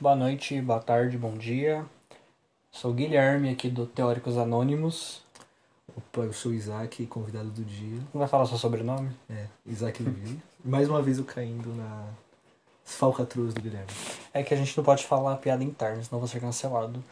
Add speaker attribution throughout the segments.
Speaker 1: boa noite, boa tarde, bom dia. Sou o Guilherme aqui do Teóricos Anônimos.
Speaker 2: Opa, eu sou o Isaac, convidado do dia.
Speaker 1: Não vai falar seu sobrenome?
Speaker 2: É, Isaac Levi. Mais uma vez eu caindo na falcatruz do Guilherme.
Speaker 1: É que a gente não pode falar piada interna, senão vou ser cancelado.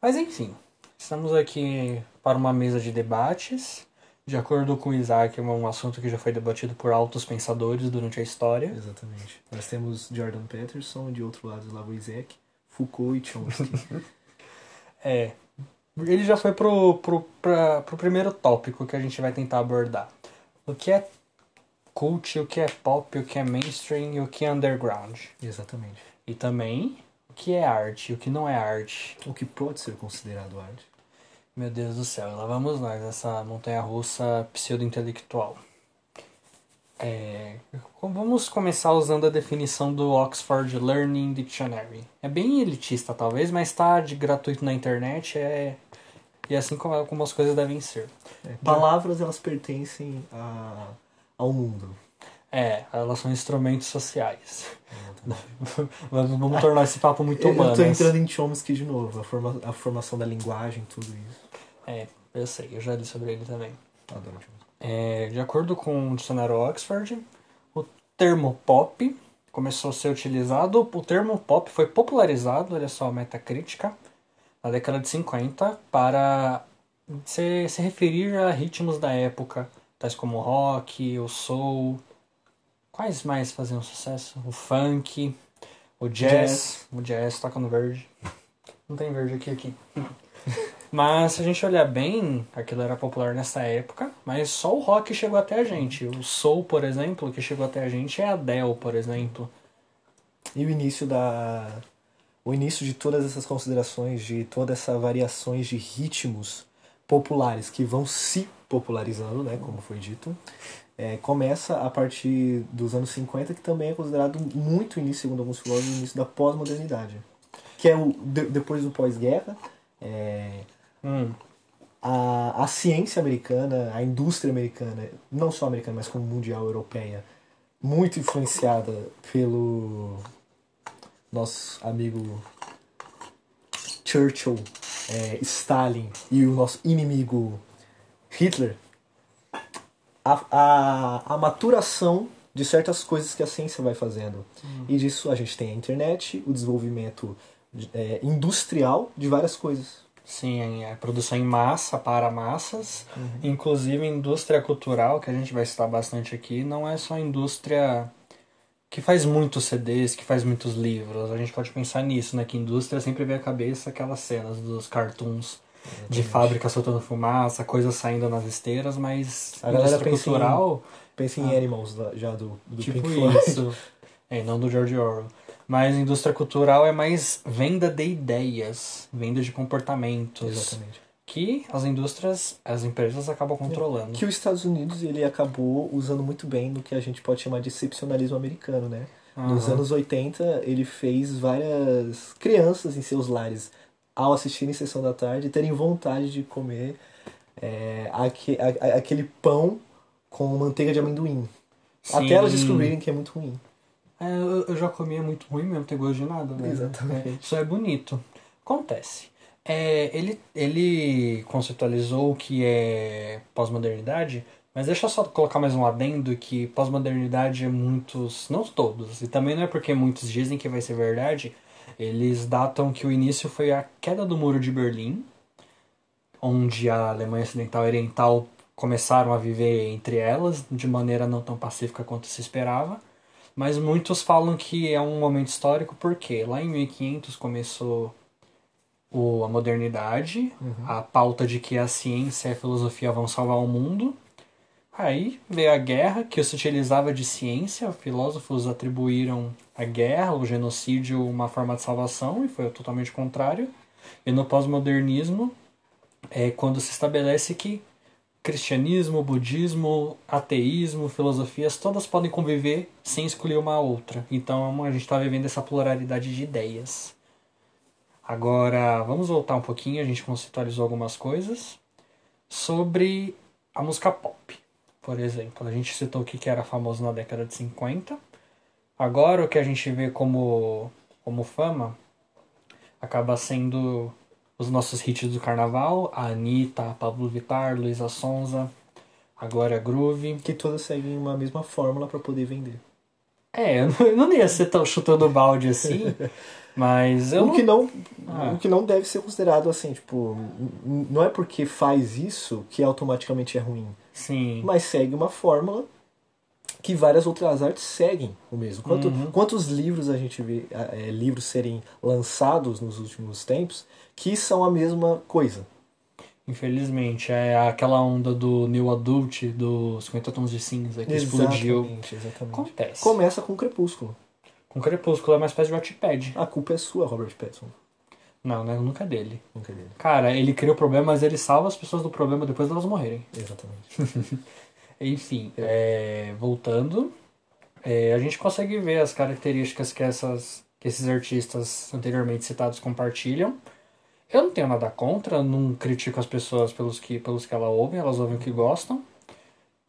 Speaker 1: Mas enfim, estamos aqui para uma mesa de debates. De acordo com o Isaac, é um assunto que já foi debatido por altos pensadores durante a história.
Speaker 2: Exatamente. Nós temos Jordan Peterson, de outro lado Lavoisier, Foucault e Chomsky.
Speaker 1: É. Ele já foi pro, pro, pra, pro primeiro tópico que a gente vai tentar abordar. O que é cult, o que é pop, o que é mainstream e o que é underground.
Speaker 2: Exatamente.
Speaker 1: E também o que é arte e o que não é arte.
Speaker 2: O que pode ser considerado arte.
Speaker 1: Meu Deus do céu, e lá vamos nós, essa montanha russa pseudo-intelectual. É, vamos começar usando a definição do Oxford Learning Dictionary. É bem elitista, talvez, mas está de gratuito na internet é, e assim como, como as coisas devem ser.
Speaker 2: É, palavras, elas pertencem a, ao mundo.
Speaker 1: É, elas são instrumentos sociais. Vamos vamos tornar esse papo muito humano.
Speaker 2: Eu tô entrando em Chomsky de novo, a, forma, a formação da linguagem, tudo isso.
Speaker 1: É, eu sei, eu já li sobre ele também.
Speaker 2: Adoro Chomsky.
Speaker 1: É, de acordo com o dicionário Oxford, o termo pop começou a ser utilizado. O termo pop foi popularizado, olha só, a metacrítica, na década de 50, para se, se referir a ritmos da época, tais como o rock, o soul. Quais mais faziam sucesso? O funk, o jazz. O jazz toca no verde. Não tem verde aqui, aqui. Mas se a gente olhar bem, aquilo era popular nessa época, mas só o rock chegou até a gente. O soul, por exemplo, que chegou até a gente é a Adele, por exemplo.
Speaker 2: E o início da. O início de todas essas considerações, de todas essas variações de ritmos populares que vão se popularizando, né, como foi dito, é, começa a partir dos anos 50, que também é considerado muito início, segundo alguns filósofos, o início da pós-modernidade. Que é o, de- depois do pós-guerra, é,
Speaker 1: Hum,
Speaker 2: a, a ciência americana, a indústria americana, não só americana, mas como mundial, europeia, muito influenciada pelo nosso amigo Churchill, é, Stalin e o nosso inimigo Hitler, a, a, a maturação de certas coisas que a ciência vai fazendo.
Speaker 1: Hum.
Speaker 2: E disso a gente tem a internet, o desenvolvimento é, industrial de várias coisas.
Speaker 1: sim, é produção em massa, para massas.
Speaker 2: Uhum.
Speaker 1: Inclusive, indústria cultural, que a gente vai citar bastante aqui, não é só indústria que faz muitos CDs, que faz muitos livros. A gente pode pensar nisso, né? Que indústria sempre vem à cabeça aquelas cenas dos cartoons de fábrica soltando fumaça, coisas saindo nas esteiras, mas
Speaker 2: A
Speaker 1: a
Speaker 2: galera
Speaker 1: indústria
Speaker 2: pensa em-
Speaker 1: cultural, Ah.
Speaker 2: Pensa em Animals lá, já do, do
Speaker 1: tipo
Speaker 2: Pink Floyd.
Speaker 1: isso. É, não do George Orwell. Mas indústria cultural é mais venda de ideias, venda de comportamentos,
Speaker 2: Exatamente.
Speaker 1: que as indústrias, as empresas acabam controlando.
Speaker 2: Que os Estados Unidos ele acabou usando muito bem no que a gente pode chamar de excepcionalismo americano, né? Nos
Speaker 1: Aham.
Speaker 2: anos 80, ele fez várias crianças em seus lares, ao assistirem Sessão da Tarde, terem vontade de comer é, aque- a- a- aquele pão com manteiga de amendoim. Até elas
Speaker 1: Sim.
Speaker 2: descobrirem que é muito ruim.
Speaker 1: É, eu, eu já comia muito ruim mesmo, não tem gosto de nada, né?
Speaker 2: Exatamente.
Speaker 1: É, Isso é bonito. Acontece. É, ele, ele conceitualizou o que é pós-modernidade, mas deixa eu só colocar mais um adendo que pós-modernidade é muitos, não todos, e também não é porque muitos dizem que vai ser verdade, eles datam que o início foi a queda do Muro de Berlim, onde a Alemanha Ocidental e Oriental começaram a viver entre elas de maneira não tão pacífica quanto se esperava. Mas muitos falam que é um momento histórico porque lá em 1500 começou o, a modernidade, a pauta de que a ciência e a filosofia vão salvar o mundo. Aí veio a guerra, que se utilizava de ciência, filósofos atribuíram a guerra, o genocídio, uma forma de salvação, e foi totalmente contrário. E no pós-modernismo, é quando se estabelece que cristianismo, budismo, ateísmo, filosofias, todas podem conviver sem escolher uma a outra. Então a gente está vivendo essa pluralidade de ideias. Agora, vamos voltar um pouquinho, a gente conceitualizou algumas coisas sobre a música pop. Por exemplo, a gente citou o que que era famoso na década de 50. Agora, o que a gente vê como, como fama acaba sendo os nossos hits do carnaval, a Anitta, a Pablo Vittar, Luísa Sonza, agora Groove.
Speaker 2: Que todas seguem uma mesma fórmula para poder vender.
Speaker 1: É, eu não- eu não ia ser tão chutando balde assim, mas eu
Speaker 2: o,
Speaker 1: não...
Speaker 2: que não,
Speaker 1: Ah.
Speaker 2: o que não deve ser considerado assim, tipo, n- n- não é porque faz isso que automaticamente é ruim.
Speaker 1: Sim,
Speaker 2: mas segue uma fórmula que várias outras artes seguem o mesmo. Quanto-
Speaker 1: Uhum.
Speaker 2: Quantos livros a gente vê, ah, eh, livros serem lançados nos últimos tempos que são a mesma coisa?
Speaker 1: infelizmente. É aquela onda do New Adult, dos 50 Tons de Cinza que explodiu.
Speaker 2: Exatamente, exatamente.
Speaker 1: Acontece.
Speaker 2: Começa com Crepúsculo.
Speaker 1: Com Crepúsculo é uma espécie de Wattpad.
Speaker 2: A culpa é sua, Robert Pattinson.
Speaker 1: Não, né? Nunca é dele.
Speaker 2: Nunca é dele.
Speaker 1: Cara, ele cria o problema, mas ele salva as pessoas do problema depois delas morrerem.
Speaker 2: Exatamente.
Speaker 1: Enfim, é, voltando, é, a gente consegue ver as características que, essas, que esses artistas anteriormente citados compartilham. Eu não tenho nada contra, não critico as pessoas pelos que, pelos que elas ouvem, elas ouvem o que gostam.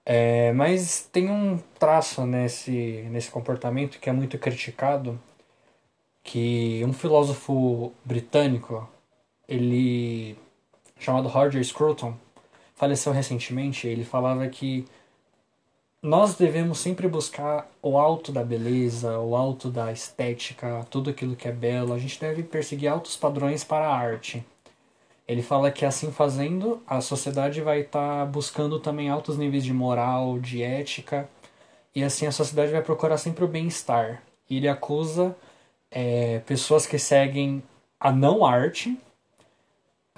Speaker 1: É, mas tem um traço nesse, nesse comportamento que é muito criticado, que um filósofo britânico, ele chamado Roger Scruton, faleceu recentemente, ele falava que nós devemos sempre buscar o alto da beleza, o alto da estética, tudo aquilo que é belo. A gente deve perseguir altos padrões para a arte. Ele fala que assim fazendo, a sociedade vai estar buscando também altos níveis de moral, de ética, e assim a sociedade vai procurar sempre o bem-estar. E ele acusa eh, pessoas que seguem a não arte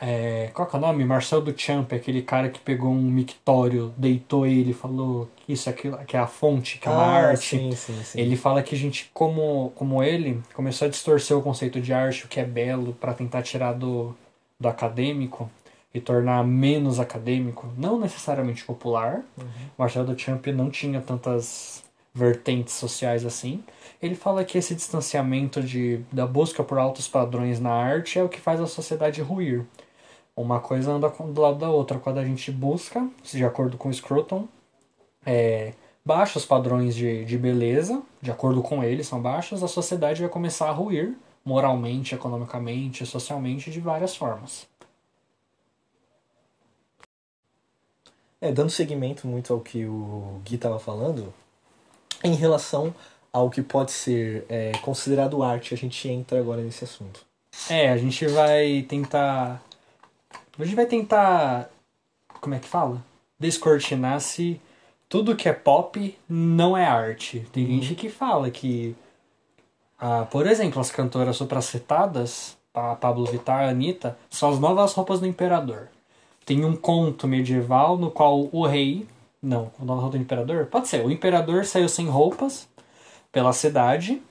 Speaker 1: é, qual que é o nome? Marcel Duchamp, aquele cara que pegou um mictório, deitou ele e falou que isso é aquilo, que é a fonte, que é uma
Speaker 2: Ah,
Speaker 1: arte.
Speaker 2: Sim, sim, sim.
Speaker 1: Ele fala que a gente, como, como ele, começou a distorcer o conceito de arte, o que é belo, para tentar tirar do, do acadêmico e tornar menos acadêmico, não necessariamente popular. Marcelo Duchamp não tinha tantas vertentes sociais assim. Ele fala que esse distanciamento de, da busca por altos padrões na arte é o que faz a sociedade ruir. Uma coisa anda com- do lado da outra. Quando a gente busca, de acordo com Scruton, é, baixos padrões de, de beleza, de acordo com ele, são baixos, a sociedade vai começar a ruir moralmente, economicamente, socialmente, de várias formas.
Speaker 2: É, dando seguimento muito ao que o Gui estava falando, em relação ao que pode ser é, considerado arte, a gente entra agora nesse assunto.
Speaker 1: É, a gente vai tentar. A gente vai tentar. Como é que fala? Descortinar se tudo que é pop não é arte. Tem gente que fala que. ah, por exemplo, as cantoras supracitadas, a Pablo Vittar, a Anitta, são as novas roupas do imperador. Tem um conto medieval no qual o rei. Não, o nova roupa do imperador? Pode ser. O imperador saiu sem roupas pela cidade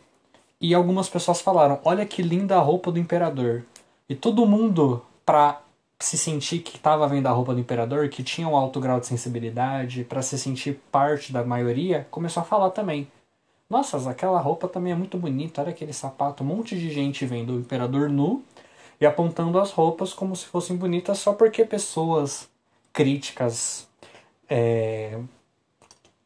Speaker 1: e algumas pessoas falaram: Olha que linda a roupa do imperador. E todo mundo, pra se sentir que estava vendo a roupa do imperador, que tinha um alto grau de sensibilidade, pra se sentir parte da maioria, começou a falar também. Nossa, aquela roupa também é muito bonita, olha aquele sapato, um monte de gente vendo o imperador nu e apontando as roupas como se fossem bonitas só porque pessoas críticas é,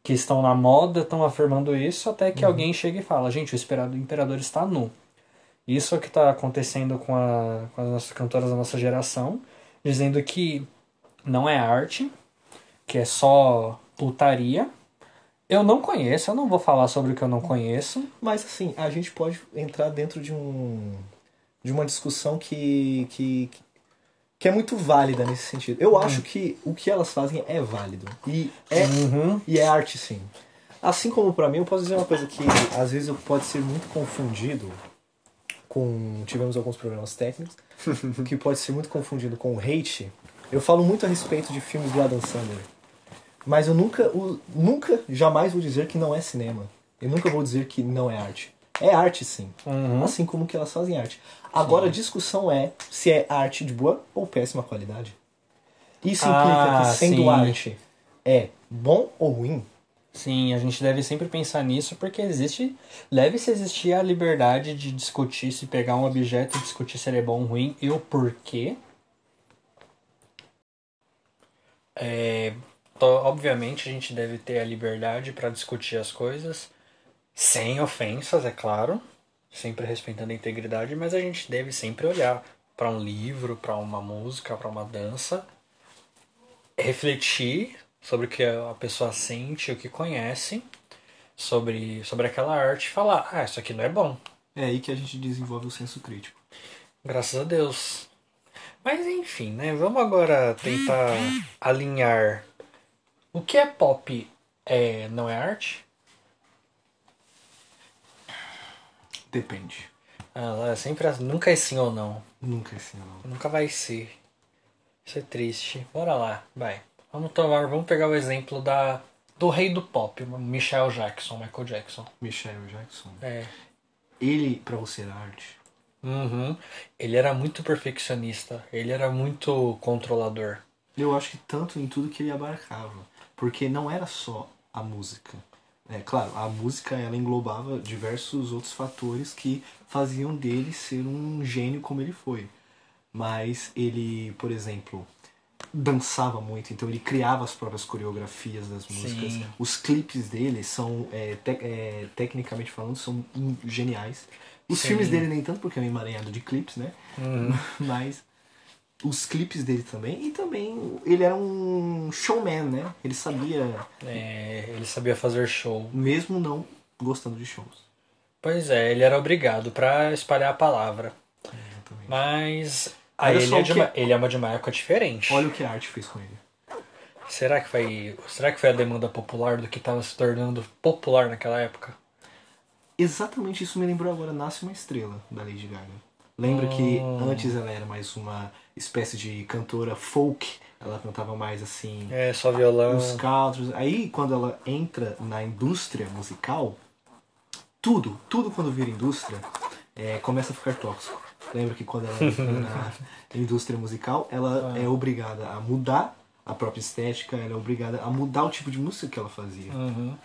Speaker 1: que estão na moda estão afirmando isso até que alguém chega e fala, gente, o imperador, o imperador está nu. Isso é o que está acontecendo com, a- com as nossas cantoras da nossa geração, dizendo que não é arte, que é só putaria. Eu não conheço, eu não vou falar sobre o que eu não conheço.
Speaker 2: Mas assim, a gente pode entrar dentro de um de uma discussão que que, que é muito válida nesse sentido. Eu acho que o que elas fazem é válido e é e é arte sim. Assim como pra mim, eu posso dizer uma coisa que às vezes eu- pode ser muito confundido com tivemos alguns problemas técnicos, que pode ser muito confundido com o hate. Eu falo muito a respeito de filmes do Adam Sandler. Mas eu nunca, o- nunca, jamais vou dizer que não é cinema. Eu nunca vou dizer que não é arte. É arte, sim.
Speaker 1: Uhum.
Speaker 2: Assim como que elas fazem arte. Agora, a discussão é se é arte de boa ou péssima qualidade. Isso implica
Speaker 1: Ah,
Speaker 2: que, sendo
Speaker 1: sim.
Speaker 2: arte, é bom ou ruim?
Speaker 1: Sim, a gente deve sempre pensar nisso, porque existe. Deve-se existir a liberdade de discutir, se pegar um objeto e discutir se ele é bom ou ruim e o porquê. É, to- obviamente, a gente deve ter a liberdade para discutir as coisas, sem ofensas, é claro. sempre respeitando a integridade, mas a gente deve sempre olhar para um livro, para uma música, para uma dança, refletir sobre o que a pessoa sente, o que conhece, sobre, sobre aquela arte e falar: ah, isso aqui não é bom.
Speaker 2: É aí que a gente desenvolve o senso crítico.
Speaker 1: Graças a Deus. Mas enfim, né? Vamos agora tentar alinhar o que é pop é, não é arte?
Speaker 2: Depende.
Speaker 1: Ah, é sempre as- nunca é sim ou não.
Speaker 2: Nunca é assim, não.
Speaker 1: Nunca vai ser. Isso é triste. Bora lá, vai. Vamos tomar, vamos pegar o exemplo da do rei do pop, o Michael Jackson, Michael Jackson.
Speaker 2: Michael Jackson.
Speaker 1: É.
Speaker 2: Ele, pra você, era arte.
Speaker 1: Uhum. Ele era muito perfeccionista, ele era muito controlador.
Speaker 2: Eu acho que tanto em tudo que ele abarcava. Porque não era só a música. É claro, a música ela englobava diversos outros fatores que faziam dele ser um gênio como ele foi. Mas ele, por exemplo, dançava muito, então ele criava as próprias coreografias das músicas.
Speaker 1: Sim.
Speaker 2: Os clipes dele são, é, tec- é, tecnicamente falando, são in- geniais. Os
Speaker 1: Sim. Uhum.
Speaker 2: filmes dele nem tanto, porque é um emaranhado de clipes, né? Mas os clipes dele também. E também ele era um showman, né? Ele sabia,
Speaker 1: É, ele sabia fazer show.
Speaker 2: mesmo não gostando de shows.
Speaker 1: Pois é, ele era obrigado pra espalhar a palavra.
Speaker 2: Exatamente.
Speaker 1: Mas ah,
Speaker 2: Olha
Speaker 1: ele,
Speaker 2: só
Speaker 1: é
Speaker 2: o
Speaker 1: de
Speaker 2: que-
Speaker 1: uma, ele é uma de uma época diferente.
Speaker 2: Olha o que a arte fez com ele.
Speaker 1: Será que foi será que foi a demanda popular do que estava se tornando popular naquela época?
Speaker 2: Exatamente isso me lembrou agora Nasce uma Estrela, da Lady Gaga. Lembra que antes ela era mais uma espécie de cantora folk, ela cantava mais assim,
Speaker 1: É, só violão.
Speaker 2: os countries. Aí quando ela entra na indústria musical, tudo, tudo quando vira indústria, é, começa a ficar tóxico. Lembra que quando ela entra na indústria musical, ela é obrigada a mudar a própria estética, ela é obrigada a mudar o tipo de música que ela fazia.
Speaker 1: Uhum.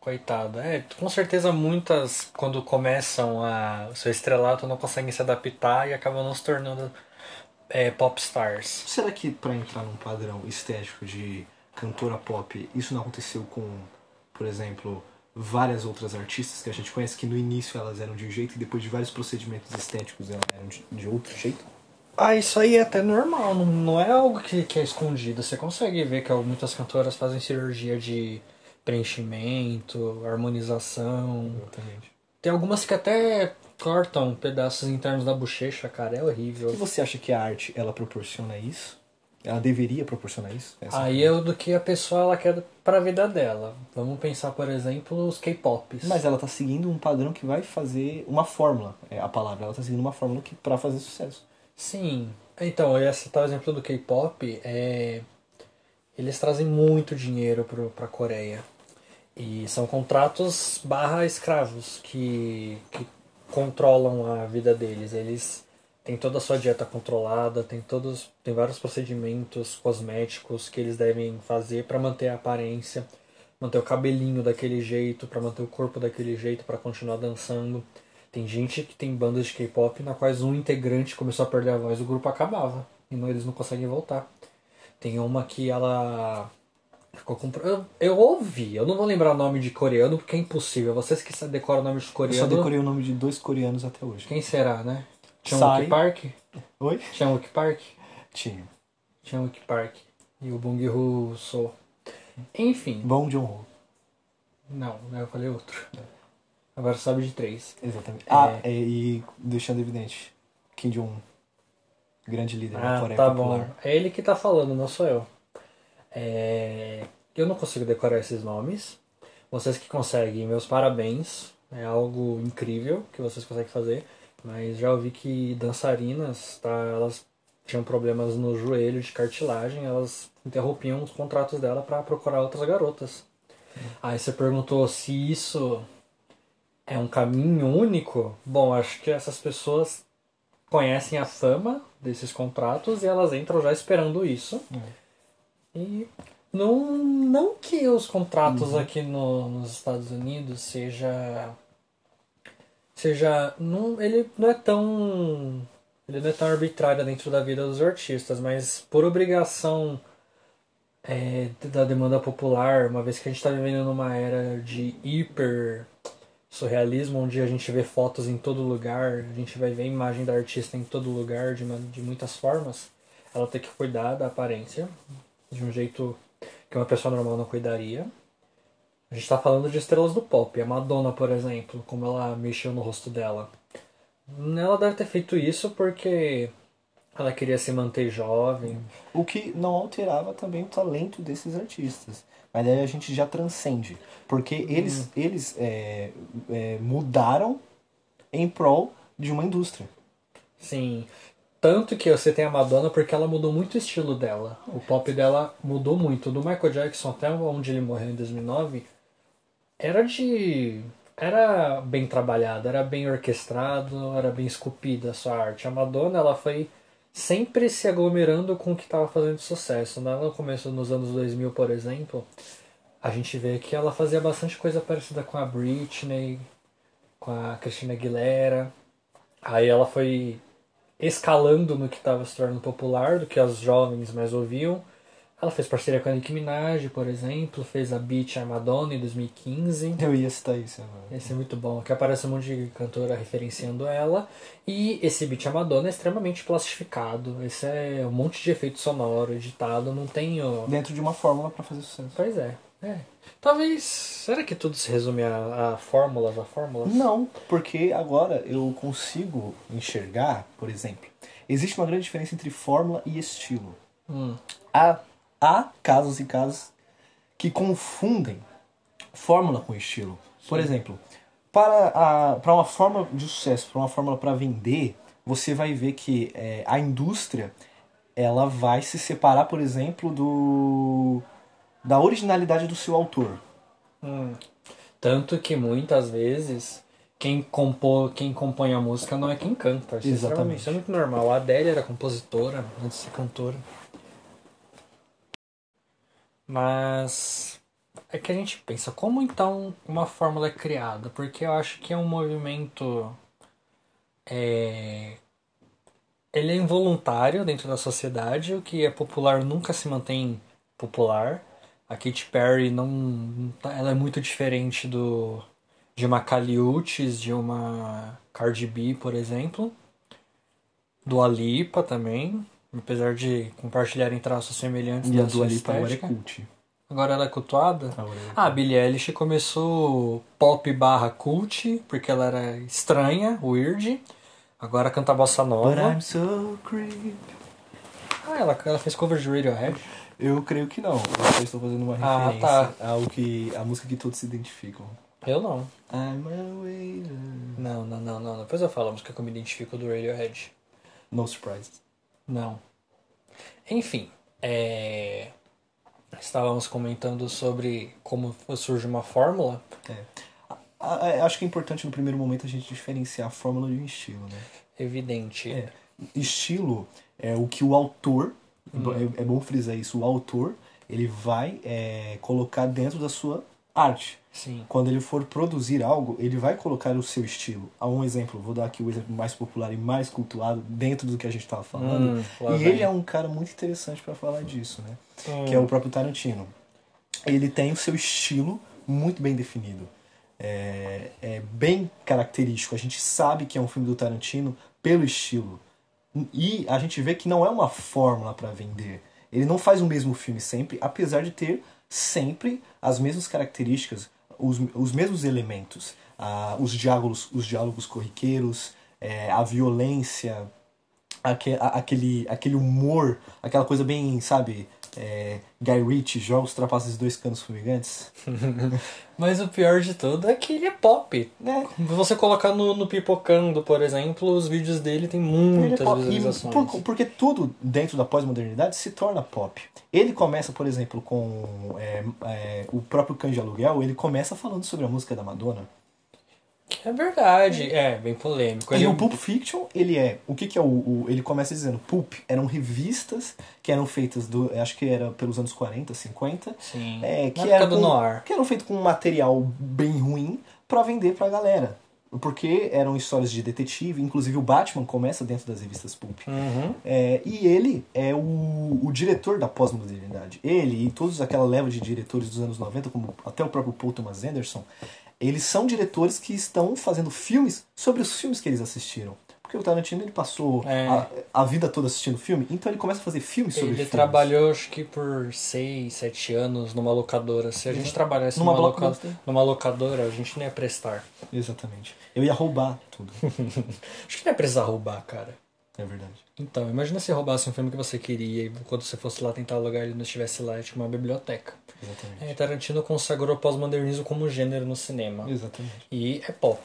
Speaker 1: Coitada. É, com certeza muitas, quando começam a, o seu estrelato, não conseguem se adaptar e acabam não se tornando é, pop stars.
Speaker 2: Será que pra entrar num padrão estético de cantora pop, isso não aconteceu com, por exemplo, várias outras artistas que a gente conhece que no início elas eram de um jeito e depois de vários procedimentos estéticos elas eram de, de outro jeito?
Speaker 1: Ah, isso aí é até normal, não, não é algo que, que é escondido. Você consegue ver que muitas cantoras fazem cirurgia de preenchimento, harmonização.
Speaker 2: Exatamente.
Speaker 1: Tem algumas que até cortam pedaços internos da bochecha, cara, é horrível.
Speaker 2: E você acha que a arte ela proporciona isso? Ela deveria proporcionar isso? Essa-
Speaker 1: Aí é o do que a pessoa ela quer pra vida dela. Vamos pensar, por exemplo, os K-pops.
Speaker 2: Mas ela tá seguindo um padrão que vai fazer uma fórmula, é a palavra. Ela tá seguindo uma fórmula que para fazer sucesso.
Speaker 1: Sim. Então, esse tal exemplo do K-pop é. Eles trazem muito dinheiro pro, pra Coreia. E são contratos barra escravos que, que controlam a vida deles. Eles têm toda a sua dieta controlada, tem todos. Tem vários procedimentos cosméticos que eles devem fazer para manter a aparência, manter o cabelinho daquele jeito, para manter o corpo daquele jeito, para continuar dançando. Tem gente que tem bandas de K-pop na quais um integrante começou a perder a voz, o grupo acabava. E não, eles não conseguem voltar. Tem uma que ela ficou com. pro- Eu, eu ouvi, eu não vou lembrar o nome de coreano porque é impossível. Vocês que sa- decoram o nome de
Speaker 2: Eu só
Speaker 1: coreano.
Speaker 2: decorei o nome de dois coreanos até hoje.
Speaker 1: Quem será, né?
Speaker 2: Sai.
Speaker 1: Chang Park?
Speaker 2: Oi?
Speaker 1: Chang Park? Hum.
Speaker 2: Tinha.
Speaker 1: Chang Park. E o Bong Ho Soo. Enfim,
Speaker 2: Bom John Ho.
Speaker 1: não, né, eu falei outro. Agora sabe de três.
Speaker 2: Exatamente. Ah, é, e deixando evidente, Kim Jong-un, grande líder da
Speaker 1: Ah,
Speaker 2: Coreia
Speaker 1: tá
Speaker 2: Popular.
Speaker 1: bom. É ele que tá falando, não sou eu. É, Eu não consigo decorar esses nomes. Vocês que conseguem, meus parabéns. É algo incrível que vocês conseguem fazer. Mas já ouvi que dançarinas, tá, elas tinham problemas no joelho de cartilagem, elas interrompiam os contratos dela pra procurar outras garotas. Aí você perguntou se isso é um caminho único. Bom, acho que essas pessoas conhecem a fama desses contratos e elas entram já esperando isso. E não, não que os contratos aqui no- nos Estados Unidos seja seja não, ele não é tão ele não é tão arbitrário dentro da vida dos artistas, mas por obrigação tá é, da demanda popular, uma vez que a gente está vivendo numa era de hiper surrealismo, onde a gente vê fotos em todo lugar, a gente vai ver a imagem da artista em todo lugar, de, uma- de muitas formas, ela tem que cuidar da aparência de um jeito que uma pessoa normal não cuidaria. A gente tá falando de estrelas do pop. A Madonna, por exemplo, como ela mexeu no rosto dela. Ela deve ter feito isso porque ela queria se manter jovem.
Speaker 2: O que não alterava também o talento desses artistas. Mas daí a gente já transcende. Porque eles, eles é, é, mudaram em prol de uma indústria.
Speaker 1: Sim. Tanto que você tem a Madonna porque ela mudou muito o estilo dela. O pop dela mudou muito. Do Michael Jackson até onde ele morreu em 2009, era de. Era bem trabalhado, era bem orquestrado, era bem esculpida a sua arte. A Madonna, ela foi sempre se aglomerando com o que estava fazendo sucesso. né? Lá no começo dos anos 2000, por exemplo, a gente vê que ela fazia bastante coisa parecida com a Britney, com a Christina Aguilera. Aí ela foi escalando no que estava se tornando popular, do que as jovens mais ouviam. Ela fez parceria com a Nicki Minaj, por exemplo, fez a Beach a Madonna em 2015.
Speaker 2: Eu ia citar isso né? agora.
Speaker 1: Esse é muito bom, que aparece um monte de cantora referenciando ela. E esse beat a Madonna é extremamente plastificado. Esse é um monte de efeito sonoro, editado, não tem. ó,
Speaker 2: Dentro de uma fórmula para fazer sucesso.
Speaker 1: Pois é, é. Talvez. Será que tudo se resume a, a fórmulas, a fórmulas?
Speaker 2: Não, porque agora eu consigo enxergar, por exemplo, existe uma grande diferença entre fórmula e estilo.
Speaker 1: Hum,
Speaker 2: há, há casos e casos que confundem fórmula com estilo. Por exemplo, para, a, para uma fórmula de sucesso, para uma fórmula para vender, você vai ver que é, a indústria ela vai se separar, por exemplo, do da originalidade do seu autor.
Speaker 1: hum. Tanto que muitas vezes. Quem, compô, quem compõe a música não é quem canta. Isso é
Speaker 2: Exatamente.
Speaker 1: extremamente- Isso é muito normal. A Adélia era compositora antes de ser cantora. Mas é que a gente pensa, como então uma fórmula é criada? Porque eu acho que é um movimento. é, Ele é involuntário dentro da sociedade, o que é popular nunca se mantém popular. A Katy Perry não. Ela é muito diferente do de uma Caliutes, de uma Cardi B, por exemplo. Do Alipa também. Apesar de compartilharem traços semelhantes
Speaker 2: E
Speaker 1: da
Speaker 2: a Dua
Speaker 1: sua
Speaker 2: Lipa agora é
Speaker 1: estética.
Speaker 2: cult.
Speaker 1: Agora ela é cultuada?
Speaker 2: Agora é-
Speaker 1: Ah, a Billie Eilish começou pop barra cult, porque ela era estranha, weird. Agora canta bossa
Speaker 2: But
Speaker 1: nova.
Speaker 2: I'm so creep.
Speaker 1: Ah, ela, ela fez cover de Radiohead.
Speaker 2: Eu creio que não. Eu estou fazendo uma
Speaker 1: Ah,
Speaker 2: referência ao que a música que todos se identificam.
Speaker 1: Eu não.
Speaker 2: I'm a waiter.
Speaker 1: Não, não, não, não. Depois eu falo a música que eu me identifico do Radiohead.
Speaker 2: No surprise.
Speaker 1: Não. Enfim, é... estávamos comentando sobre como surge uma fórmula.
Speaker 2: É. A- a- Acho que é importante no primeiro momento a gente diferenciar a fórmula de um estilo, né?
Speaker 1: Evidente.
Speaker 2: É. Estilo é o que o autor, é, é bom frisar isso, o autor, ele vai é, colocar dentro da sua arte.
Speaker 1: Sim.
Speaker 2: assim, Quando ele for produzir algo, ele vai colocar o seu estilo. Há um exemplo, vou dar aqui o exemplo mais popular e mais cultuado dentro do que a gente estava falando.
Speaker 1: Hum, lá
Speaker 2: e
Speaker 1: vem.
Speaker 2: ele é um cara muito interessante para falar disso, né? que é o próprio Tarantino. Ele tem o seu estilo muito bem definido. É, é bem característico. A gente sabe que é um filme do Tarantino pelo estilo. E a gente vê que não é uma fórmula para vender. Ele não faz o mesmo filme sempre, apesar de ter sempre as mesmas características, os, os mesmos elementos. Ah, os, diálogos, os diálogos corriqueiros, é, a violência, aque- a- aquele, aquele humor, aquela coisa bem, sabe, é, Guy Ritchie, jogos trapaças dois canos fumigantes.
Speaker 1: Mas o pior de tudo é que ele é pop.
Speaker 2: Né?
Speaker 1: Você colocar no, no Pipocando, por exemplo, os vídeos dele tem
Speaker 2: Ele
Speaker 1: Hum, muitas
Speaker 2: é pop. E
Speaker 1: visualizações.
Speaker 2: por- porque tudo dentro da pós-modernidade se torna pop. Ele começa, por exemplo, com é, é, o próprio Cães de Aluguel, ele começa falando sobre a música da Madonna.
Speaker 1: É verdade, é, bem polêmico.
Speaker 2: E
Speaker 1: Ele-
Speaker 2: o Pulp Fiction, ele é. O que, que é o, o- Ele começa dizendo: Pulp eram revistas que eram feitas, do, acho que era pelos anos 40, 50,
Speaker 1: Sim.
Speaker 2: É, que
Speaker 1: Na época
Speaker 2: era
Speaker 1: do
Speaker 2: com-
Speaker 1: Noir.
Speaker 2: que eram feitos com um material bem ruim pra vender pra galera. Porque eram histórias de detetive, inclusive o Batman começa dentro das revistas Pulp.
Speaker 1: Uhum.
Speaker 2: É, e ele é o, o diretor da pós-modernidade. Ele e todos aquela leva de diretores dos anos 90, como até o próprio Paul Thomas Anderson, Eles são diretores que estão fazendo filmes sobre os filmes que eles assistiram. Porque o Tarantino ele passou
Speaker 1: É.
Speaker 2: a, a vida toda assistindo filme, então ele começa a fazer filmes sobre
Speaker 1: Ele
Speaker 2: filmes.
Speaker 1: trabalhou, acho que por 6, 7 anos numa locadora. Se a gente trabalhasse
Speaker 2: Uhum. Numa
Speaker 1: numa, loca-
Speaker 2: blockbuster.
Speaker 1: numa locadora, a gente não ia prestar.
Speaker 2: Exatamente. Eu ia roubar tudo.
Speaker 1: Acho que não ia precisar roubar, cara.
Speaker 2: é verdade.
Speaker 1: Então, imagina se roubasse um filme que você queria e quando você fosse lá tentar alugar ele não estivesse lá, é tipo uma biblioteca.
Speaker 2: Exatamente.
Speaker 1: É, Tarantino consagrou o pós-modernismo como gênero no cinema.
Speaker 2: Exatamente.
Speaker 1: E é pop.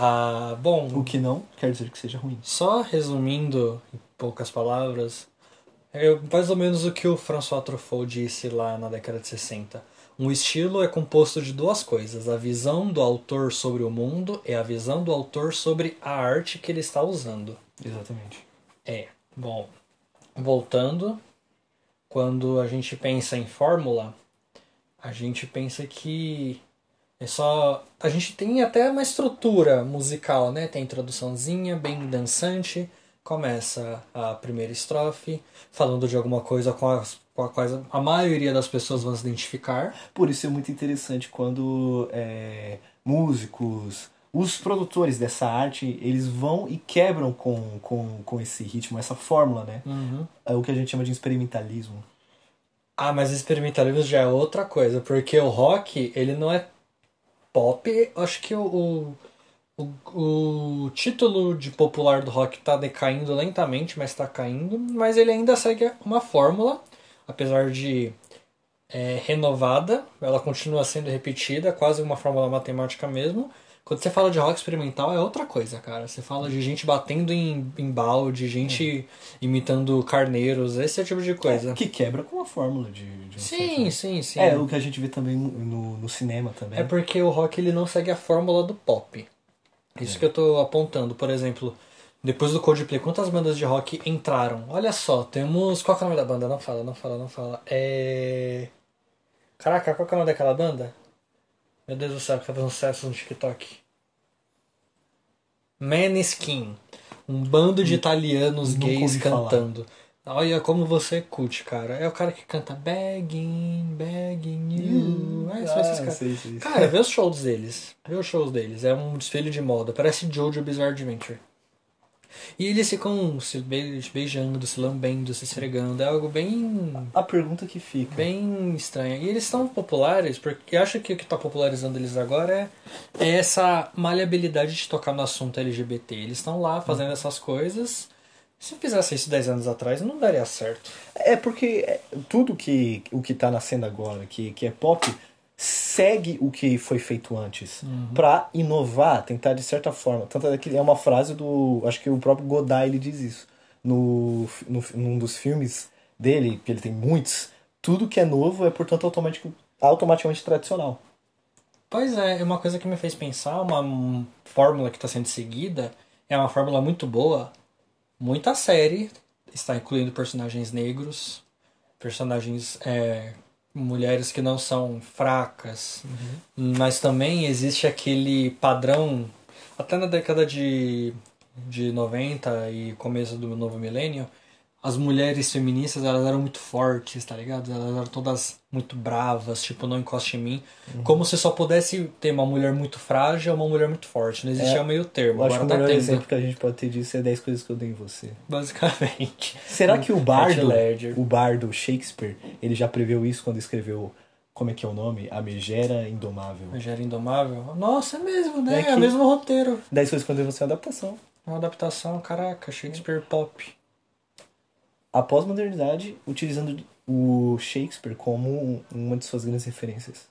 Speaker 1: Ah, bom,
Speaker 2: O que não quer dizer que seja ruim.
Speaker 1: Só resumindo em poucas palavras, é mais ou menos o que o François Truffaut disse lá na década de 60. Um estilo é composto de duas coisas: a visão do autor sobre o mundo e a visão do autor sobre a arte que ele está usando.
Speaker 2: Exatamente.
Speaker 1: É, bom, voltando, quando a gente pensa em fórmula, a gente pensa que é só. A gente tem até uma estrutura musical, né? Tem a introduçãozinha, bem dançante, começa a primeira estrofe, falando de alguma coisa com, as, com a quais a maioria das pessoas vão se identificar.
Speaker 2: Por isso é muito interessante quando é, músicos, os produtores dessa arte, eles vão e quebram com, com, com esse ritmo, essa fórmula, né?
Speaker 1: Uhum.
Speaker 2: É o que a gente chama de experimentalismo.
Speaker 1: Ah, mas experimentalismo já é outra coisa, porque o rock, ele não é pop. Eu Acho que o, o, o- o título de popular do rock tá decaindo lentamente, mas tá caindo. Mas ele ainda segue uma fórmula, apesar de é, renovada, ela continua sendo repetida, quase uma fórmula matemática mesmo. Quando você fala de rock experimental é outra coisa, cara. Você fala de gente batendo em, em balde, gente imitando carneiros, esse é o tipo de coisa.
Speaker 2: Que quebra com a fórmula de, de um certo-
Speaker 1: Sim, sim, sim.
Speaker 2: É o que a gente vê também no, no cinema também.
Speaker 1: É porque o rock ele não segue a fórmula do pop. Isso
Speaker 2: É.
Speaker 1: que eu tô apontando. Por exemplo, depois do Coldplay, quantas bandas de rock entraram? Olha só, temos. Qual que é o nome da banda? Não fala, não fala, não fala. É. Caraca, qual que é o nome daquela banda? Meu Deus do céu, que tá fazendo sucesso no TikTok. Maneskin. Um bando de italianos
Speaker 2: Hum, Nunca
Speaker 1: gays
Speaker 2: ouvi falar.
Speaker 1: cantando. Olha como você curte, cara. É o cara que canta Begging, Begging You. É só esses
Speaker 2: Ah,
Speaker 1: caras.
Speaker 2: sei, sei.
Speaker 1: Cara, vê os shows deles. Vê os shows deles. É um desfile de moda. Parece Jojo Bizarre Adventure. E eles ficam se be- se beijando, se lambendo, se esfregando. É algo bem.
Speaker 2: A pergunta que fica.
Speaker 1: bem estranho. E eles estão populares porque eu acho que o que está popularizando eles agora é, é essa maleabilidade de tocar no assunto LGBT. Eles estão lá fazendo essas coisas. Se eu fizesse isso 10 anos atrás, não daria certo.
Speaker 2: É porque é, tudo que o que tá nascendo agora, que, que é pop, segue o que foi feito antes
Speaker 1: Uhum.
Speaker 2: pra inovar, tentar de certa forma. Tanto é que é uma frase do, acho que o próprio Godard ele diz isso no, fi- no fi- num dos filmes dele, que ele tem muitos. Tudo que é novo é portanto automático, automaticamente tradicional.
Speaker 1: Pois é, uma coisa que me fez pensar, uma hum, fórmula que está sendo seguida, é uma fórmula muito boa. Muita série está incluindo personagens negros, personagens é, mulheres que não são fracas,
Speaker 2: Uhum.
Speaker 1: mas também existe aquele padrão, até na década de, de 90 e começo do novo milênio, as mulheres feministas elas eram muito fortes, tá ligado? Elas eram todas muito bravas, tipo, não encoste em mim.
Speaker 2: Uhum.
Speaker 1: Como se só pudesse ter uma mulher muito frágil ou uma mulher muito forte. Não existia
Speaker 2: É,
Speaker 1: meio termo.
Speaker 2: Eu acho que
Speaker 1: Agora
Speaker 2: o
Speaker 1: tá
Speaker 2: melhor
Speaker 1: tendo,
Speaker 2: exemplo que a gente pode ter disso é 10 coisas que eu dei em você.
Speaker 1: basicamente.
Speaker 2: Será que o bardo,
Speaker 1: Heath Ledger.
Speaker 2: o bardo Shakespeare, ele já preveu isso quando escreveu como é que é o nome? A Megera Indomável.
Speaker 1: Megera Um Indomável? Nossa, é mesmo, né?
Speaker 2: É
Speaker 1: É,
Speaker 2: que-
Speaker 1: o mesmo roteiro.
Speaker 2: 10 coisas que eu dei em você é uma adaptação.
Speaker 1: Uma adaptação, caraca, Shakespeare pop.
Speaker 2: A pós-modernidade utilizando o Shakespeare como uma de suas grandes referências.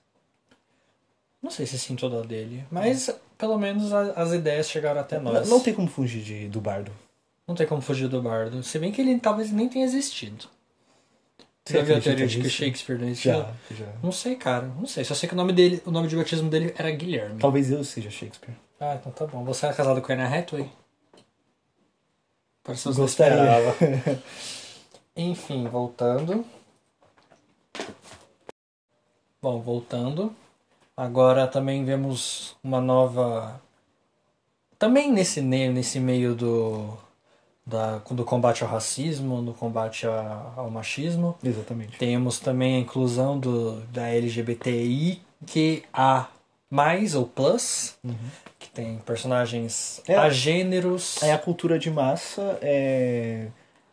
Speaker 1: Não sei se sinto da dele, mas pelo menos a- as ideias chegaram até
Speaker 2: Não,
Speaker 1: nós.
Speaker 2: não tem como fugir de, do bardo.
Speaker 1: Não tem como fugir do bardo. Se bem que ele talvez nem tenha existido.
Speaker 2: Você
Speaker 1: Você já viu a
Speaker 2: acredita
Speaker 1: teoria de que o
Speaker 2: nisso?
Speaker 1: Shakespeare não existiu?
Speaker 2: Já, já.
Speaker 1: Não sei, cara. Não sei. Só sei que o nome dele, o nome de batismo dele era Guilherme.
Speaker 2: Talvez eu seja Shakespeare.
Speaker 1: Ah, então tá bom. Você era casado com a Anne Hathaway? Parece que você
Speaker 2: Gostaria.
Speaker 1: esperava. Enfim, voltando. Bom, voltando. Agora também vemos uma nova. Também nesse, ne- nesse meio do, da, do combate ao racismo, do combate a- ao machismo,
Speaker 2: Exatamente.
Speaker 1: temos também a inclusão do, da LGBTIQA mais ou plus,
Speaker 2: Uhum.
Speaker 1: que tem personagens agêneros.
Speaker 2: É a cultura de massa, é,